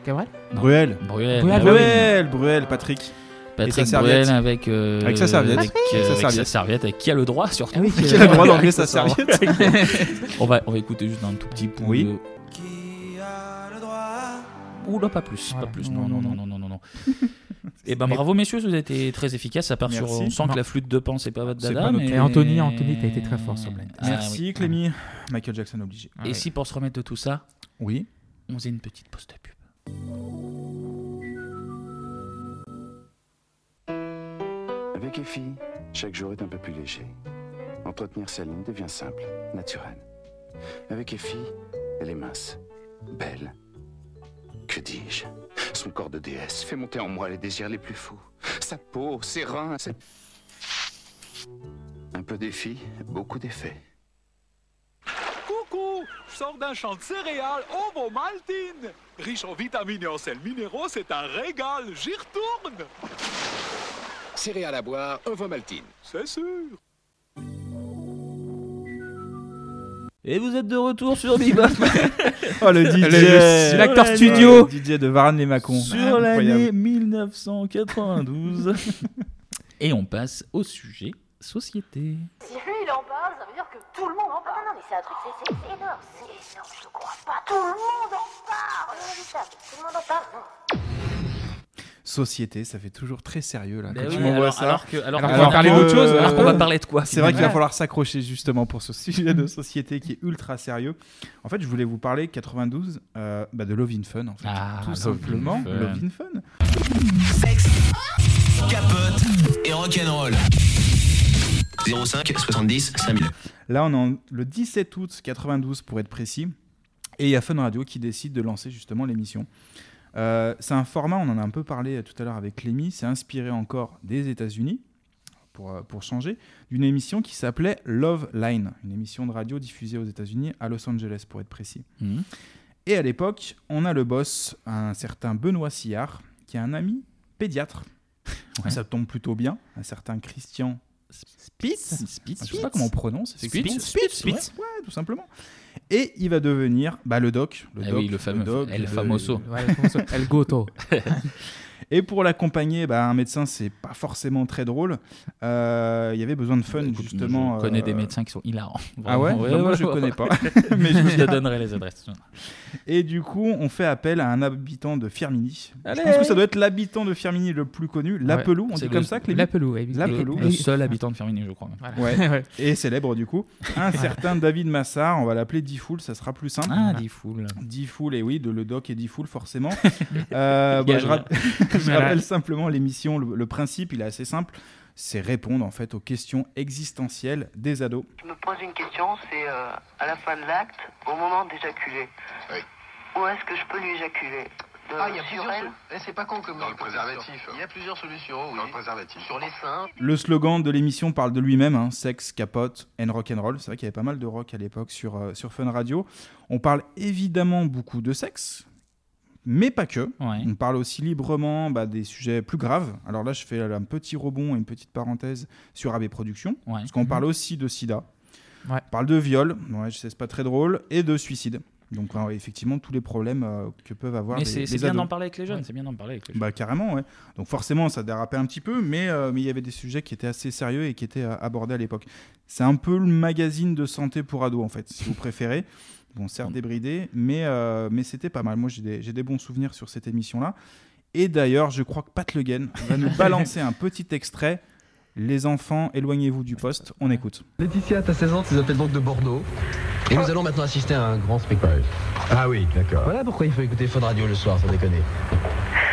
Cabrel
Bruel.
Bruel.
Bruel,
Bruel.
Bruel, Patrick. Et sa
Patrick
serviette.
Bruel avec, euh,
Avec sa serviette.
Avec,
Patrick.
euh,
Sa
avec sa
serviette.
serviette. Avec qui a le droit surtout.
Ah oui, qui a Qui a le le droit droit d'enlever sa serviette.
on, va, on va écouter juste un tout petit bout.
Oui.
de- Oula, pas plus, pas plus. Non, non, non, non, non, non. non. Eh ben bravo messieurs, vous avez été très efficaces. À part sur,
Merci.
on sent
Non.
que la flûte de pan c'est pas votre
C'est
dada.
pas notre
mais...
truc.
Et Anthony, Anthony, t'as été très fort sur Blind.
Ah,
Merci
oui.
Clémy. Michael Jackson obligé.
Et si pour se remettre de tout ça,
oui,
on faisait une petite pause de pub.
Avec EFI, chaque jour est un peu plus léger. Entretenir sa ligne devient simple, naturel. Avec EFI, elle est mince, belle. Que dis-je Son corps de déesse fait monter en moi les désirs les plus fous. Sa peau, ses reins, ses... Un peu d'EFI, beaucoup d'effets.
Coucou, je sors d'un champ de céréales Ovo Maltine. Riche en vitamines et en sels minéraux, c'est un régal. J'y retourne.
Céréales à boire, Ovomaltine.
C'est sûr.
Et vous êtes de retour sur Bebop.
Oh le DJ
Le- l'acteur
Oh,
studio.
le DJ de Varane les Macons.
Sur l'année
Incroyable.
1992. Et on passe au sujet société.
Si lui il en parle, ça veut dire que tout le monde en parle. Ah, Non, non, mais c'est un truc, c'est c'est énorme, c'est énorme, je te crois pas. Tout le monde en parle. Non, mais ça, Tout le monde en parle. Non.
Société, ça fait toujours très sérieux là.
Bah
quand
oui,
tu m'envoies
alors-
ça.
alors que- alors qu'on va parler
que-
d'autre chose, alors qu'on va parler de quoi,
C'est vrai qu'il va
finalement.
falloir s'accrocher justement pour ce sujet de société qui est ultra sérieux. En fait, je voulais vous parler 92 euh, bah, de Love in Fun en fait,
Ah,
tout
Love in
simplement.
Fun.
Love in Fun.
Capote et rock'n'roll. 05 70 5000.
Là, on est en- le 17 août 92 pour être précis. Et il y a Fun Radio qui décide de lancer justement l'émission. Euh, c'est un format, on en a un peu parlé tout à l'heure avec Clémy, c'est inspiré encore des États-Unis, pour, euh, pour changer, d'une émission qui s'appelait Love Line, une émission de radio diffusée aux États-Unis, à Los Angeles pour être précis.
Mhm.
Et à l'époque, on a le boss, un certain Benoît Sillard, qui est un ami pédiatre. Ça tombe plutôt bien, un certain Christian Spitz.
Spitz,
Je sais pas comment on prononce.
Spitz,
Spitz,
Spitz,
Spitz,
Spitz.
ouais, ouais, tout simplement. Et il va devenir bah, le doc. Le
Eh
doc,
oui, le fameux-
doc,
El famoso.
Ouais, le famoso, El Goto.
Et pour l'accompagner, bah, un médecin, c'est pas forcément très drôle. Euh, Il y avait besoin de fun, justement.
Bah, Mmh. Je connais des
euh,
médecins qui sont hilarants.
ah ouais,
Vraiment,
Non, Moi,
ouais,
je
ouais,
connais
ouais.
pas.
Mais je te
viens.
donnerai les adresses.
Et du coup, on fait appel à un habitant de Firmini.
Allez
Je pense que ça doit être l'habitant de Firmini le plus connu,
Ouais.
Lapelou. On
C'est
dit
le-
comme ça, Clémy
Lapelou, ouais, évidemment.
Lapelou.
Le seul habitant de Firmini, je crois.
Ouais.
Voilà. Ouais.
Et célèbre, du coup, un certain David Massard. On va l'appeler Difool, ça sera plus simple.
Ah, Difool.
Difool, et oui, de le doc et Difool, forcément. Euh, bon, je,
Gage.
rap- je
Voilà.
rappelle simplement l'émission. Le, le principe, il est assez simple. C'est répondre en fait aux questions existentielles des ados.
Je me pose une question, c'est euh, à la fin de l'acte, au moment d'éjaculer. Où est-ce que je peux lui éjaculer De-
Ah, il y a
sur
plusieurs
elle
solutions.
C'est pas con comme Dans le préservatif. Il y a plusieurs solutions, Dans le préservatif. Sur les seins.
Le slogan de l'émission parle de lui-même, hein, sexe, capote and rock'n'roll. C'est vrai qu'il y avait pas mal de rock à l'époque sur, euh, sur Fun Radio. On parle évidemment beaucoup de sexe, mais pas que. On parle aussi librement bah, des sujets plus graves. Alors là, je fais un petit rebond et une petite parenthèse sur AB Productions, parce qu'on
Mhm.
parle aussi de sida. On parle de viol, ouais, je sais, c'est pas très drôle, et de suicide. Donc ouais, effectivement, tous les problèmes euh, que peuvent avoir
Mais
les-
c'est
les
c'est bien
ados.
d'en parler avec les jeunes. C'est bien d'en parler avec les jeunes.
Bah carrément, ouais. Donc forcément, ça dérapait un petit peu, mais euh, mais il y avait des sujets qui étaient assez sérieux et qui étaient euh, abordés à l'époque. C'est un peu le magazine de santé pour ados, en fait, si vous préférez. Bon, certes débridé, mais, euh, mais c'était pas mal. Moi, j'ai des, j'ai des bons souvenirs sur cette émission-là. Et d'ailleurs, je crois que Pat Le Guen va nous balancer un petit extrait. Les enfants, éloignez-vous du poste. On écoute.
Laetitia, t'as 16 ans, tu nous appelles donc de Bordeaux. Et nous allons maintenant assister à un grand spectacle. Ah oui, d'accord. Voilà pourquoi il faut écouter Fun Radio le soir, sans déconner.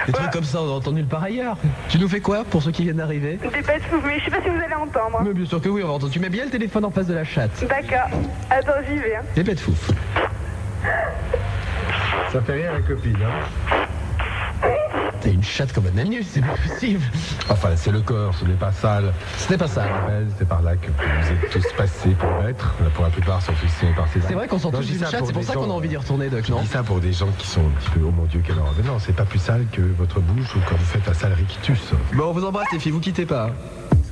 Des trucs comme ça, on en entend nulle part ailleurs. Tu nous fais quoi pour ceux qui viennent d'arriver
Des pâtes mais je sais pas si vous allez entendre.
Mais bien sûr que oui, on va entendre. Tu mets bien le téléphone en face de la chatte.
D'accord. Attends, j'y vais. hein.
Des bêtes fouf. Ça fait rien la copine, hein T'as une chatte comme un anus, c'est pas possible.
Enfin, c'est le corps, ce n'est pas sale.
Ce n'est pas ça.
Raphaël, C'est par là que vous êtes tous passés pour maître. Pour la plupart sont fusillés par ces
C'est vrai qu'on sent
Non,
tous
je dis
une
ça
chatte,
pour
c'est pour euh,
des
ça qu'on a
gens-
envie d'y retourner, Doc,
Je
non
dis ça pour des gens qui sont un petit peu, oh mon dieu, quelle horreur. Mais non, c'est pas plus sale que votre bouche ou comme vous faites à sale rictus.
Bon, on vous embrasse les filles, vous quittez pas.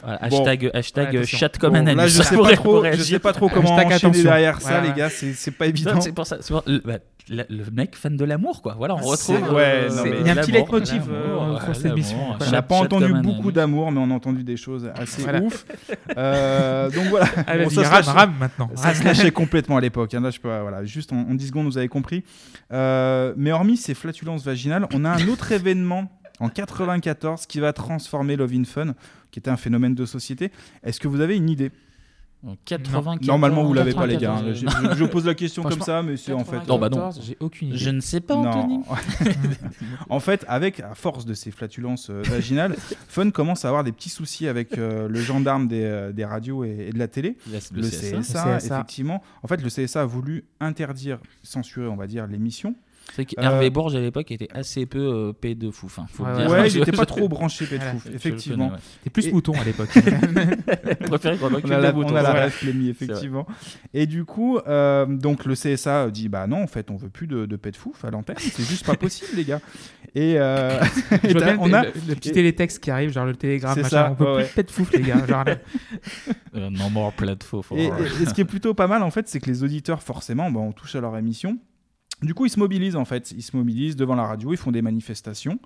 Voilà, hashtag hashtag
Ouais,
euh,
attention.
chat comme
Bon,
un
là,
anus.
je sais
Ça
pas
pourrait-
trop-
pourrait
je
agir.
sais pas trop comment
Hashtag
enchaîner
attention.
derrière ça, les gars, c'est- c'est pas évident.
C'est pour ça. c'est pour- le, bah, le- le mec fan de l'amour, quoi. Voilà, on
C'est-
retrouve.
ouais,
euh,
non,
c'est-
mais- Il y a un petit
l'amour,
leitmotiv,
l'amour,
euh,
ouais,
sur cette
l'amour,
émission.
un
On
chat-
n'a pas
chat
entendu
comme un
beaucoup
anus.
d'amour, mais on a entendu des choses assez
Voilà.
ouf. Euh, donc voilà.
Ah, vas-y,
ça se
rame,
lâche-
rame maintenant.
Ça se
Rame.
lâchait complètement à l'époque. hein. Là, je peux, voilà, juste en, en 10 secondes, vous avez compris. Euh, mais hormis ces flatulences vaginales, on a un autre événement en 94 qui va transformer Love in Fun, qui était un phénomène de société. Est-ce que vous avez une idée
En 94,
Normalement, vous l'avez pas, les gars. hein. Je,
94,
je- je pose la question comme
Franchement,
ça, mais c'est en fait.
94, Non, bah non. j'ai aucune idée. Je ne sais pas,
Non.
Anthony.
en fait, avec à force de ces flatulences euh, vaginales, Fun commence à avoir des petits soucis avec euh, le gendarme des, euh, des radios et, et de la télé,
Le-
le,
le
CSA,
CSA,
Effectivement, en fait, le CSA a voulu interdire, censurer, on va dire, l'émission.
C'est vrai
Euh,
qu'Hervé Bourges à l'époque était assez peu euh, paix de fouf. hein, faut le dire.
Ouais,
Je-
j'étais pas
je-
trop branché
Voilà.
Pétrouf,
Je le
effectivement.
connais, ouais.
Et-
Je préférais qu'on
on a la, on a la ref,
les
Clémy, effectivement. Et du coup, euh, donc le CSA dit bah non, en fait, on veut plus de, de Pétrouf à l'antenne, c'est juste pas possible, les gars. Et, euh,
Je
et
vois
t'as-
bien le- le- le petit télétexte qui arrive, genre le télégramme,
C'est
Ah, machin, on peut plus de pète fouf, les gars, genre là.
Euh, non more plate faux.
Et, et- et ce qui est plutôt pas mal, en fait, c'est que les auditeurs, forcément, bah, on touche à leur émission. Du coup, ils se mobilisent, en fait. Ils se mobilisent devant la radio, ils font des manifestations.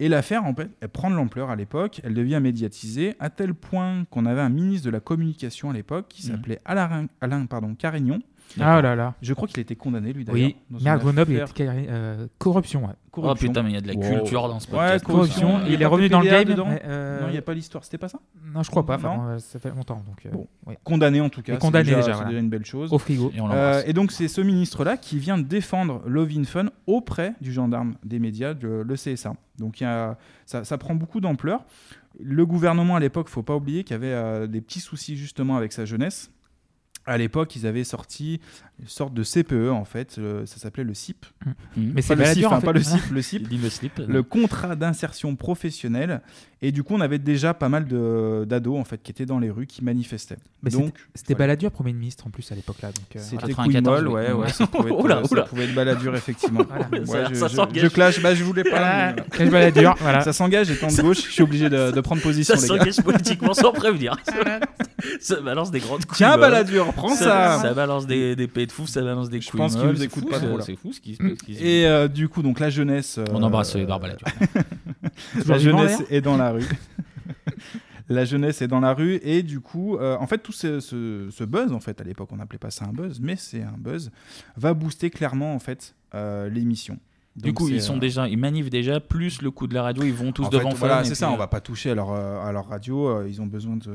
Et l'affaire, en fait, elle prend de l'ampleur à l'époque, elle devient médiatisée, à tel point qu'on avait un ministre de la Communication à l'époque qui
Mhm.
s'appelait Alain, Alain pardon, Carignon.
Ah là là.
Je crois qu'il était condamné, lui, d'ailleurs.
Oui,
dans
mais à
une
Grenoble, il
affaire-
était carré- euh, corruption, ouais.
Corruption.
Oh, putain, mais il y a de la culture dans ce
Ouais,
podcast.
corruption.
Corruption, il est revenu dans le
PDA
game,
dedans
mais, euh,
Non, il n'y a pas l'histoire. C'était pas ça
Non, je crois pas, enfin,
Non.
euh, ça fait longtemps, donc, euh,
Bon.
oui.
Condamné en tout
Il
cas.
est
c'est
condamné
déjà,
déjà,
c'est
voilà.
déjà une belle chose.
Au frigo. Et on
l'embrasse.
Euh, et donc, c'est ce ministre-là qui vient défendre Love in Fun auprès du gendarme des médias, de- le CSA. Donc, il y a- ça, ça prend beaucoup d'ampleur. Le gouvernement à l'époque, faut pas oublier qu'il y avait euh, des petits soucis justement avec sa jeunesse. À l'époque, ils avaient sorti une sorte de CPE en fait, euh, ça s'appelait le CIP.
Mhm.
Mais
Mais
c'est
c'est
le CIP,
baladure, en
hein,
fait.
pas le
Ah,
CIP, le CIP.
Il dit le slip,
Le
non.
contrat d'insertion professionnelle. Et du coup, on avait déjà pas mal de- d'ados en fait qui étaient dans les rues, qui manifestaient.
Mais
Donc,
c'était- c'était Balladur, Premier ministre, en plus, à l'époque, là. donc, euh,
c'était
voilà.
couille molle, ouais, ouais, ça pouvait être, euh,
Oula,
ça
oula.
pouvait être baladure, effectivement.
Voilà.
Ouais,
Ça-
je,
ça
je-
s'engage.
je clash, bah je voulais pas.
Ah, clash baladure, voilà.
Ça s'engage, étant de gauche, je suis obligé de, de prendre position.
Ça
les gars.
s'engage politiquement sans prévenir. ça balance des grandes couilles.
Tiens,
molles.
Balladur, prends ça.
Ça balance des, des pays de fou, ça balance des couilles.
Je pense qu'ils
molles,
nous
c'est
écoutent
fou,
pas
ça,
trop là.
C'est fou ce qui se passe.
Et Mm. euh, du coup, donc la jeunesse.
On embrasse Edouard Balladur.
Toujours
La
vivant,
jeunesse
d'ailleurs.
est dans la rue. La jeunesse est dans la rue et du coup, euh, en fait, tout ce, ce- ce buzz, en fait, à l'époque, on n'appelait pas ça un buzz, mais c'est un buzz, va booster clairement en fait euh, l'émission.
Du
Donc,
coup,
c'est,
ils sont
euh,
déjà, ils manivent déjà plus le coup de la radio. Ils vont tous
en fait,
devant.
Voilà,
Fallon et
c'est ça.
puis,
On va pas toucher à leur, euh, à leur radio. euh, Ils ont besoin de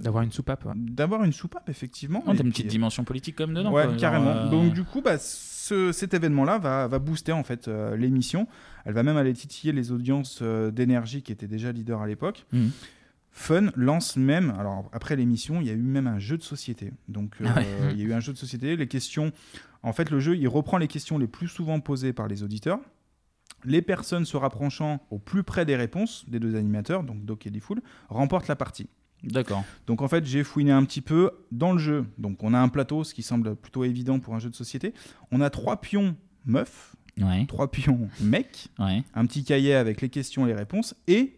d'avoir une soupape.
D'avoir une soupape, effectivement.
Oh,
et
t'as une
puis-
petite dimension politique comme dedans.
Ouais,
quoi, genre,
carrément.
euh,
Donc du coup, bah, ce- cet événement-là va, va booster en fait euh, l'émission. Elle va même aller titiller les audiences euh, d'énergie qui étaient déjà leaders à l'époque.
Mhm.
Fun lance même, alors après l'émission, il y a eu même un jeu de société. Donc euh,
Ah ouais.
il y a eu un jeu de société, les questions, en fait le jeu il reprend les questions les plus souvent posées par les auditeurs, les personnes se rapprochant au plus près des réponses des deux animateurs, donc Doc et Diffoul, remportent la partie.
D'accord.
Donc en fait, j'ai fouiné un petit peu dans le jeu. Donc on a un plateau, ce qui semble plutôt évident pour un jeu de société. On a trois pions meufs, trois pions mecs,
Ah
un petit cahier avec les questions et les réponses et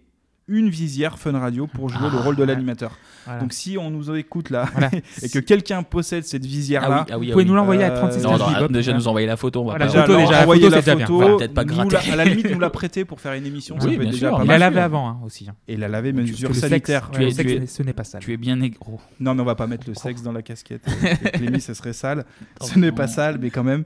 une visière Fun Radio pour jouer le
Ah,
rôle de
ouais.
l'animateur.
Voilà.
Donc si on nous écoute là
Voilà.
et que quelqu'un possède cette visière
Ah
là,
oui, ah oui, ah oui.
euh,
Non, non, déjà nous envoyer la photo. On va
Voilà,
pas-
Ah, déjà, euh, alors, envoyez la photo,
On va peut-être pas
nous
gratter.
la- à la limite, nous la prêter pour faire une émission. ça
Oui,
peut être
bien
déjà
sûr.
pas
Il
mal.
la lavé avant, hein, aussi, hein.
Et la laver
Parce que
mesure
le sexe-
sanitaire.
ouais, le Tu es- sexe, tu es- ce n'est pas sale.
Ah, Tu es bien négro.
Non, mais on va pas mettre le sexe dans la casquette. Avec Clémy, ce serait sale. Ce n'est pas sale, mais quand même.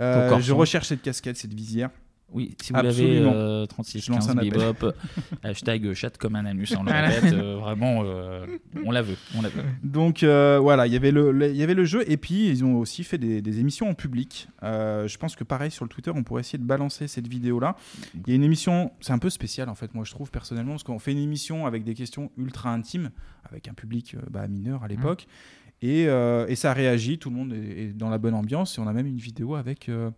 Euh,
Ton corps
je
son.
recherche cette casquette, cette visière.
Oui, si vous l'avez, euh, 36,
Je lance
15,
un appel.
bebop, hashtag euh, chat comme un anus, on le
Voilà.
répète, euh, vraiment, euh, on la veut, on la veut.
Donc euh, voilà, il y avait le, le- il y avait le jeu et puis ils ont aussi fait des, des émissions en public. Euh, je pense que pareil sur le Twitter, on pourrait essayer de balancer cette vidéo là. Il y a une émission, c'est un peu spécial en fait, moi je trouve personnellement, parce qu'on fait une émission avec des questions ultra intimes, avec un public euh, bah, mineur à l'époque,
Mmh.
et, euh, et ça réagit, tout le monde est, est dans la bonne ambiance et on a même une vidéo avec. euh,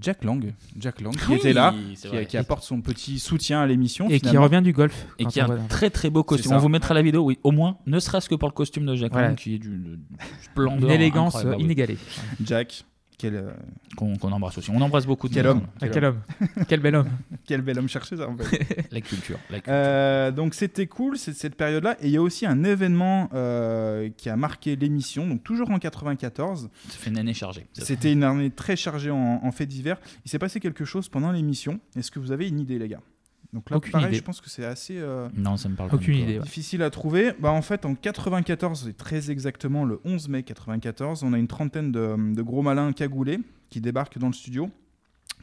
Jack Lang, Jack Lang, qui
Oui,
était là,
c'est
qui,
vrai.
qui apporte son petit soutien à l'émission
Et qui
finalement.
revient du golf,
Et
quand
qui a
on voit
un
dans-
très très beau
C'est
costume.
ça.
On vous mettra la vidéo, oui, au moins, ne serait-ce que pour le costume de Jacques
Voilà.
Lang, qui est d'une d'une splendeur.
Une élégance,
incroyable,
euh,
oui.
inégalée. Jack, quel, euh,
qu'on qu'on embrasse aussi. On embrasse beaucoup de
Quel
monde.
homme. Ah, quel homme.
Quel bel homme.
Quel bel homme cherché ça en fait.
La culture, la culture.
Euh, donc c'était cool c'est- cette période-là. Et il y a aussi un événement euh, qui a marqué l'émission, donc toujours en 94.
Ça fait une année chargée. Ça fait-
C'était une année très chargée en, en faits divers. Il s'est passé quelque chose pendant l'émission. Est-ce que vous avez une idée, les gars Donc là,
Aucune
pareil,
idée.
je pense que c'est assez. euh,
Non, ça me parle pas Aucune du tout. idée, ouais.
Difficile à trouver. Bah, en fait, en 94, et très exactement le 11 mai 94, on a une trentaine de, de gros malins cagoulés qui débarquent dans le studio.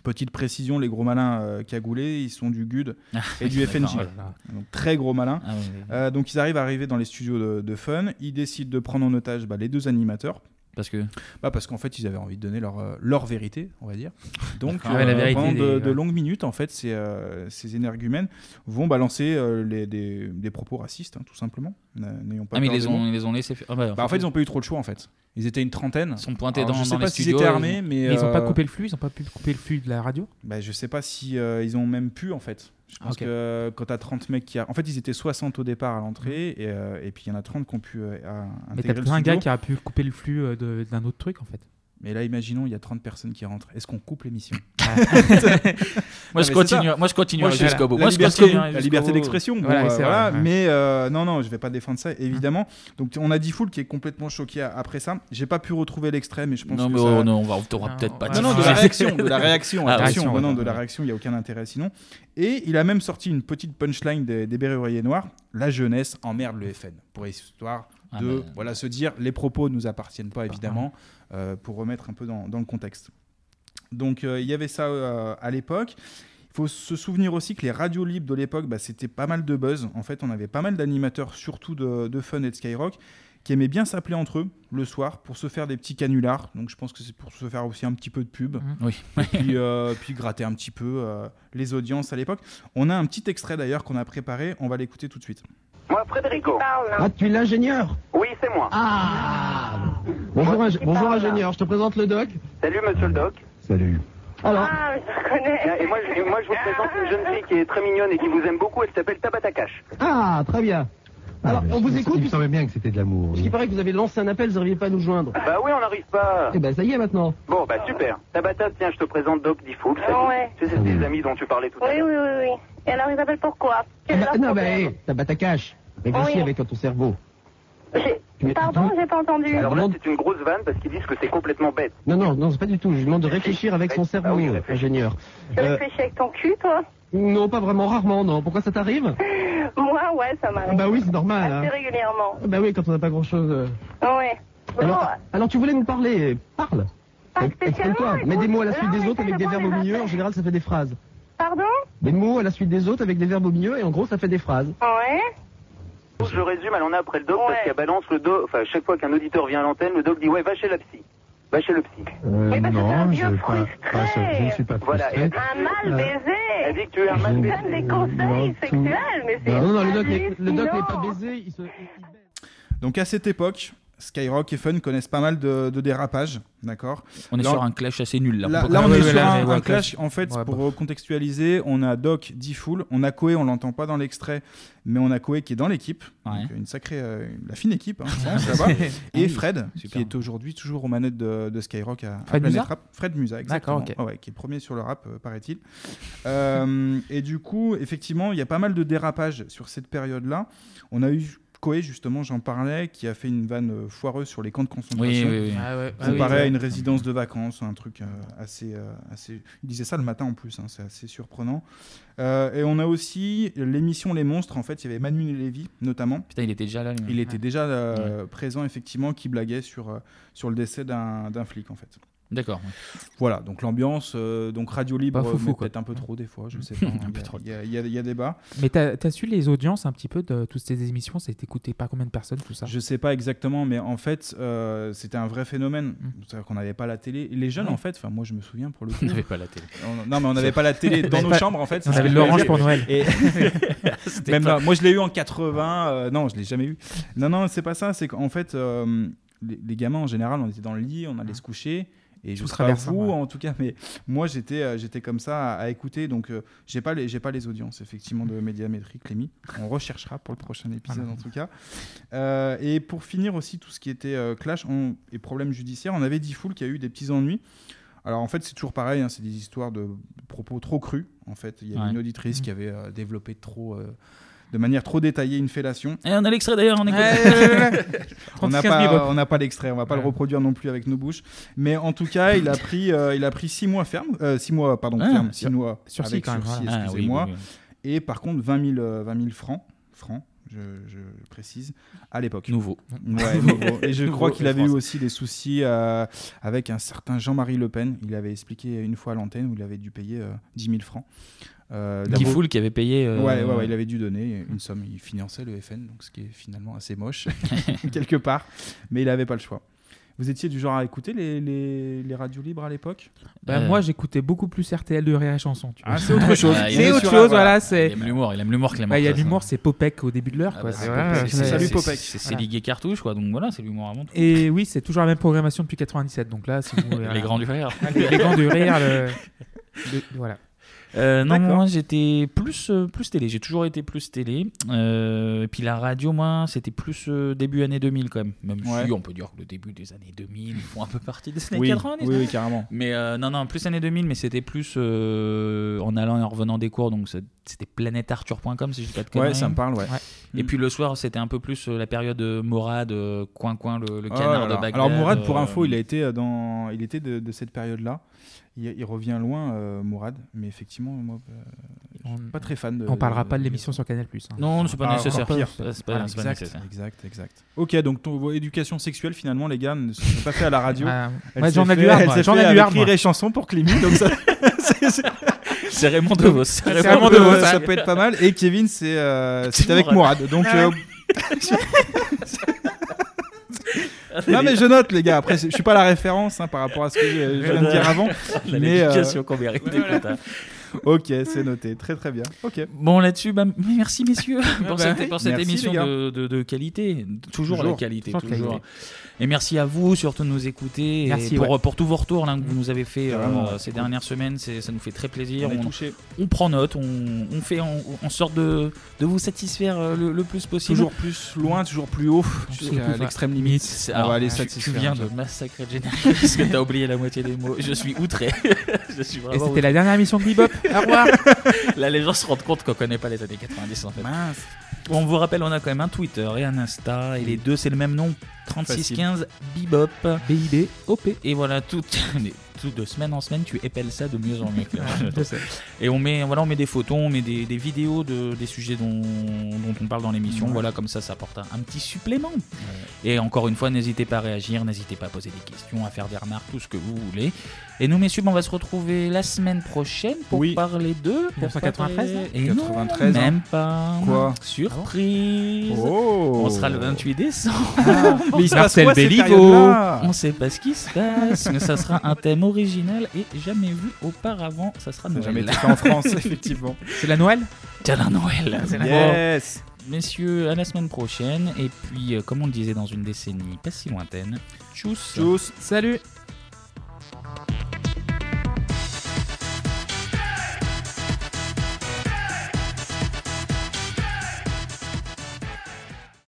Petite précision, les gros malins euh, cagoulés, ils sont du GUD et du
D'accord,
FNJ.
oh là là.
Donc, très gros malins.
Ah oui, oui, oui.
Euh, donc ils arrivent à arriver dans les studios de, de Fun. Ils décident de prendre en otage bah, les deux animateurs.
Parce que
bah parce qu'en fait ils avaient envie de donner leur, euh, leur vérité on va dire donc
D'accord. Ouais, la
euh,
vérité
pendant
des-
de, de longues minutes en fait ces, euh, ces énergumènes vont balancer euh, les- des, des propos racistes hein, tout simplement N'a- n'ayons pas
Ah, mais
peur
ils les
des
ont-
mots.
ils les ont laissés faire. Ah, bah, en
Bah, en
fait,
fait ils ont pas eu trop de choix en fait ils étaient une trentaine ils sont
pointés dans-
je sais
dans
pas
les
s'ils
studios,
étaient
ils ont-
armés mais
Mais ils ont pas
euh,
coupé le flux, ils ont pas pu couper le flux de la radio.
bah, je sais pas si euh, ils ont même pu en fait. Je pense
Ok.
que quand t'as 30 mecs qui a... En fait, ils étaient 60 au départ à l'entrée et, euh, et puis il y en a 30 qui ont pu euh, à-
Mais t'as
intégrer le
plus un
studio.
gars qui a pu couper le flux euh, de- d'un autre truc en fait.
Mais là, imaginons, il y a 30 personnes qui rentrent. Est-ce qu'on coupe l'émission
Moi, je
Ah, mais c'est
continue-
ça.
moi, je continue
Moi, je-
jusqu'au
la-
bout.
La
Moi, je
liberté,
continue
la
jusqu'au
liberté
bout.
d'expression. bon,
Voilà,
euh,
c'est vrai,
voilà.
ouais.
Mais euh, non, non, je vais pas défendre
Hein.
ça, évidemment. Donc, on a Diffoul qui est complètement choqué a- après ça. J'ai pas pu retrouver l'extrait, mais je pense
Non,
que
mais
ça-
oh, non, on va- on t'aura peut-être pas
Non, non, de
Diffoul.
la réaction, de la réaction.
Ah,
attention,
réaction,
non, non,
ouais.
de la réaction, il n'y a aucun intérêt sinon. Et il a même sorti une petite punchline des, des Béruriers Noirs. La jeunesse emmerde le FN. Pour histoire
Ah,
de
bah.
voilà, se dire, les propos ne nous appartiennent pas, évidemment, euh, pour remettre un peu dans, dans le contexte. Donc euh, il y avait ça euh, à l'époque. Il faut se souvenir aussi que les radios libres de l'époque, bah, c'était pas mal de buzz. En fait, on avait pas mal d'animateurs, surtout de, de Fun et de Skyrock, qui aimaient bien s'appeler entre eux le soir pour se faire des petits canulars. Donc je pense que c'est pour se faire aussi un petit peu de pub.
Oui.
Et puis, euh, puis gratter un petit peu euh, les audiences à l'époque. On a un petit extrait d'ailleurs qu'on a préparé. On va l'écouter tout de suite.
Moi, Frédérico.
Ah, tu es l'ingénieur
Oui, c'est moi.
Ah Bonjour, ing- bonjour ingénieur, je te présente le doc.
Salut, monsieur le doc.
Salut.
Alors Ah, mais je connais. Et moi, je, moi, je vous présente une jeune fille qui est très mignonne et qui vous aime beaucoup. Elle s'appelle Tabata Cash.
Ah, très bien. Alors, on vous écoute
Il me semblait bien que c'était de l'amour.
Parce qu'il paraît que vous avez lancé un appel, vous n'arrivez pas à nous joindre.
Bah oui, on n'arrive pas.
Eh ben, ça y est maintenant.
Bon, bah super. Tabata, tiens, je te présente Doc Diffoul. Ouais. C'est
Ah
ces amis dont tu parlais tout à l'heure.
Ah Oui, oui, oui, oui. Et alors, ils appellent pourquoi Quel est leur
non, bah,
problème
hé, t'as ta cache. Réfléchis
Oui.
avec ton cerveau.
Pardon, j'ai pas entendu.
Alors là, c'est une grosse vanne parce qu'ils disent que c'est complètement bête.
Ah
Non, non, non, c'est pas du tout. Je lui demande de réfléchir avec son cerveau, ingénieur.
Tu
Euh,
réfléchis avec ton cul, toi
Non, pas vraiment, rarement, non. Pourquoi ça t'arrive
Ah
Moi, ouais, ça
Ah
m'arrive.
Bah oui, c'est normal.
Assez
hein.
régulièrement.
Bah oui, quand on n'a pas grand-chose. euh.
Ouais.
Alors,
Bon,
alors tu voulais nous parler, parle. Exprime-toi,
écoute,
mets des mots à la
là,
suite
on
des
essaie
autres avec
de
des verbes au
prendre les
milieu, en général ça fait des phrases.
Pardon
Des mots à la suite des autres avec des verbes au milieu et en gros ça fait des phrases.
Ouais.
Je résume, elle en a après le doc parce qu'elle balance le doc. Enfin, chaque fois qu'un auditeur vient à l'antenne, le doc dit Ouais, va chez la psy. Va chez le psy.
Euh, non, je, pas, pas- je ne suis pas
Voilà.
frustré.
Un mal
Euh.
baiser
Elle dit que tu es un mal
Il donne des conseils sexuels, mais c'est.
Non, non, le doc n'est- le doc
hallucinant.
n'est pas baisé, il se...
Donc à cette époque, Skyrock et Fun connaissent pas mal de, de dérapages, d'accord
On est
Là,
sur un clash assez nul, là.
Là,
On peut
là,
pas-
on
Ouais,
est
ouais,
sur
là,
un,
ouais,
un
ouais,
clash.
clash.
En fait,
Ouais, bah.
pour contextualiser, on a Doc, D-Fool, on a Koé, on l'entend pas dans l'extrait, mais on a Koé qui est dans l'équipe. Donc, Une sacrée, euh, la fine équipe, hein, je pense, là-bas.
Ah oui,
Et Fred, qui est aujourd'hui toujours aux manettes de, de Skyrock à, à
Fred
Planète
Musa
Rap. Fred Musa, exactement.
D'accord, ok.
Ouais, ouais, qui est le premier sur le rap, euh, paraît-il. Euh, et du coup, effectivement, il y a pas mal de dérapages sur cette période-là. On a eu Koé, justement, j'en parlais, qui a fait une vanne euh, foireuse sur les camps de concentration.
Oui, oui, oui. Ah ouais, ah oui,
Comparé à
ouais.
une résidence de vacances, un truc euh, assez, euh, assez. Il disait ça le matin en plus, hein, c'est assez surprenant. Euh, et on a aussi l'émission Les Monstres, en fait, il y avait Manu Lévy notamment.
Putain, il était déjà là. lui.
Il était déjà euh, présent, effectivement, qui blaguait sur, euh, sur le décès d'un d'un flic, en fait.
D'accord.
Voilà, donc l'ambiance, euh, donc radio libre,
Pas foufou,
mais
quoi.
peut-être un peu trop des fois,
Mm.
je sais pas. hein, il y a- Il y, a- il y a- il y a débat.
Mais t'as as su les audiences un petit peu de toutes ces émissions C'est écouté par combien de personnes tout ça
Je sais pas exactement, mais en fait, euh, c'était un vrai phénomène.
Mm.
C'est-à-dire qu'on n'avait pas la télé. Et Les jeunes,
Ouais.
en fait, enfin, moi, je me souviens pour le coup.
On n'avait pas la télé.
On- non, mais on n'avait pas la télé
On
dans nos
n'avait pas-
chambres, en fait. c'est
on
ce
avait
que
de
je veux
l'orange
dire.
pour Noël.
Et-
C'était
Même
pas-
là, moi, je l'ai eu en 80. euh, non, je l'ai jamais eu. Non, non, c'est pas ça. C'est qu'en fait, euh, les, les gamins, en général, on était dans le lit, on allait se coucher. Et je
Tous
sais pas
traversants,
vous, en tout cas, mais moi, j'étais, euh, j'étais comme ça à, à écouter. Donc, euh, j'ai pas les, j'ai pas les audiences, effectivement, de Médiamétrie, Clémy. On recherchera pour le prochain épisode,
Voilà.
en tout cas. Euh, et pour finir aussi, tout ce qui était euh, clash on- et problèmes judiciaires, on avait Diffoul qui a eu des petits ennuis. Alors en fait, c'est toujours pareil, hein, c'est des histoires de propos trop crus. En fait, il y avait
Ouais.
une auditrice qui avait euh, développé trop, euh, de manière trop détaillée, une fellation.
Eh, on a l'extrait d'ailleurs, on écoute.
on
35
n'a pas,
bebop.
on n'a pas l'extrait, on va pas le reproduire non plus avec nos bouches. Mais en tout cas, il a pris, euh, il a pris six mois ferme, euh, six mois, pardon,
Ah,
ferme,
sur-
six mois
sursis
avec
quand même,
sursis,
voilà. Ah, oui,
excusez-moi.
oui,
Et par contre, 20 000, euh, 20 000 francs, francs, je, je précise, à l'époque.
Nouveau.
Ouais, nouveau. Et je
Nouveau
crois qu'il
en
avait eu
France.
aussi des soucis euh, avec un certain Jean-Marie Le Pen. Il avait expliqué une fois à l'antenne où il avait dû payer euh, 10 000 francs. Euh,
Guy
d'abord-
Foul qui avait payé, euh,
Ouais, ouais, ouais, il avait dû donner une somme. Il finançait le FN, donc ce qui est finalement assez moche, quelque part. Mais il n'avait pas le choix. Vous étiez du genre à écouter les, les, les radios libres à l'époque
euh,
Bah, Moi, j'écoutais beaucoup plus RTL de Rire et Chanson. tu vois.
Ah, c'est autre chose.
Ah, il
c'est
est
autre
sur-
chose,
voilà.
voilà. c'est
Il aime l'humour, il aime l'humour, Clément,
Bah, Il y a
de toute
l'humour, c'est Popek au début de l'heure.
Ah
quoi.
bah,
C'est
c'est
vrai,
Popek, c'est-
ouais.
c'est- C'est c'est ligué cartouche, quoi. Donc voilà, c'est l'humour avant tout.
Et oui, c'est toujours la même programmation depuis 97. Donc là, si vous voulez, voilà.
grands du rire.
Ah, Les, les grands du rire. le- le- voilà.
Euh, non,
D'accord.
moi j'étais plus, euh, plus télé, j'ai toujours été plus télé. Euh, et puis la radio, moi, c'était plus euh, début années 2000 quand même. Même
Ouais.
si on peut dire que le début des années 2000, ils font un peu partie des années
Oui,
90.
oui, oui, carrément.
Mais euh, non, non, plus années 2000, mais c'était plus euh, en allant et en revenant des cours. Donc c'est- c'était planetarthur.com si je dis pas de
Ouais,
conneries.
ça me parle, ouais.
Et puis le soir, c'était un peu plus euh, la période euh, Morad, euh, coin-coin, le, le
Oh
canard
là là.
de Bagdad.
Alors Mourad, pour
euh,
info, il a été euh, dans, il était de, de cette période-là. Il, il revient loin, euh, Mourad, mais effectivement, moi, euh, je suis pas très fan. De,
On parlera
de-
pas de l'émission sur Canal. Hein.
Non, c'est pas
Ah,
nécessaire.
encore pire.
C'est pas-
Voilà,
c'est pas
exact,
nécessaire.
Exact, exact. Ok, donc ton vos éducation sexuelle finalement, les gars, ne se sont pas fait à la radio.
Ah,
Elle
moi,
s'est
j'en ai
fait-
du hard,
Elle
moi.
s'est
J'en
fait
ai du
avec
hard, moi.
rire et chanson pour Clémy, donc ça. c'est- c'est-
C'est Raymond DeVos.
C'est
Raymond
Raymond
DeVos,
DeVos,
ça.
ça peut être pas mal. Et Kevin, c'est euh,
C'est
c'est avec
Mourad.
Mourad. Donc.
Ah
euh,
ouais.
euh, Non mais je note les gars. Après, je suis pas la référence hein, par rapport à ce que je, je viens de dire avant.
La
mais euh,
l'éducation qu'on mérite, écoute, hein.
Ok, c'est noté. Très très bien. Ok.
Bon, là-dessus, bah, merci messieurs pour
bah
cette,
oui,
pour cette
merci,
émission
les gars.
de, de- de qualité. Toujours, la
Toujours.
qualité,
Toujours
toujours.
la
Et merci à vous surtout de nous écouter et
Merci,
pour,
ouais.
pour tous vos retours là, que vous nous avez fait euh,
Vraiment,
ces dernières semaines. C'est- Ça nous fait très plaisir.
On est touchés.
on prend note, on, on fait en, en sorte de, de vous satisfaire euh, le, le plus possible.
Toujours plus loin, toujours plus haut, jusqu'à l'extrême limite. On
Alors,
va aller
tu-
satisfaire.
Ah, Tu viens de massacrer le générique parce que t'as oublié la moitié des mots. Je suis outré. Je suis
Et
vraiment
c'était
outré.
la dernière émission de Bebop. Au revoir.
Là, les gens se rendent compte qu'on connaît pas les années 90 en fait. On vous rappelle, on a quand même un Twitter et un Insta, et les deux c'est le même nom 3615 Bibop.
B-I-B-O-P.
Et voilà, tout. mais tout de semaine en semaine, tu épelles ça de mieux en mieux. Claire.
Je sais.
et on met, voilà, on met des photos, on met des, des vidéos de, des sujets dont, dont on parle dans l'émission.
Ouais.
Voilà, comme ça, ça apporte un, un petit supplément. Et encore une fois, n'hésitez pas à réagir, n'hésitez pas à poser des questions, à faire des remarques, tout ce que vous voulez. Et nous, messieurs, ben, on va se retrouver la semaine prochaine pour parler de.
1993,
pour parler-
non
Et non,
93, hein.
même pas.
Quoi
Surprise
Oh.
On sera le 28 décembre.
mais il se passe Marcel quoi, cette Béliveau. période-là
On sait pas ce qui se passe, mais ça sera un thème original et jamais vu auparavant. Ça sera
n'a
Noël.
jamais été fait en France, effectivement.
C'est la Noël C'est la Noël.
C'est la
Yes Messieurs, à la semaine prochaine. Et puis, euh, comme on le disait dans une décennie pas si lointaine, tchuss
Tchuss. Salut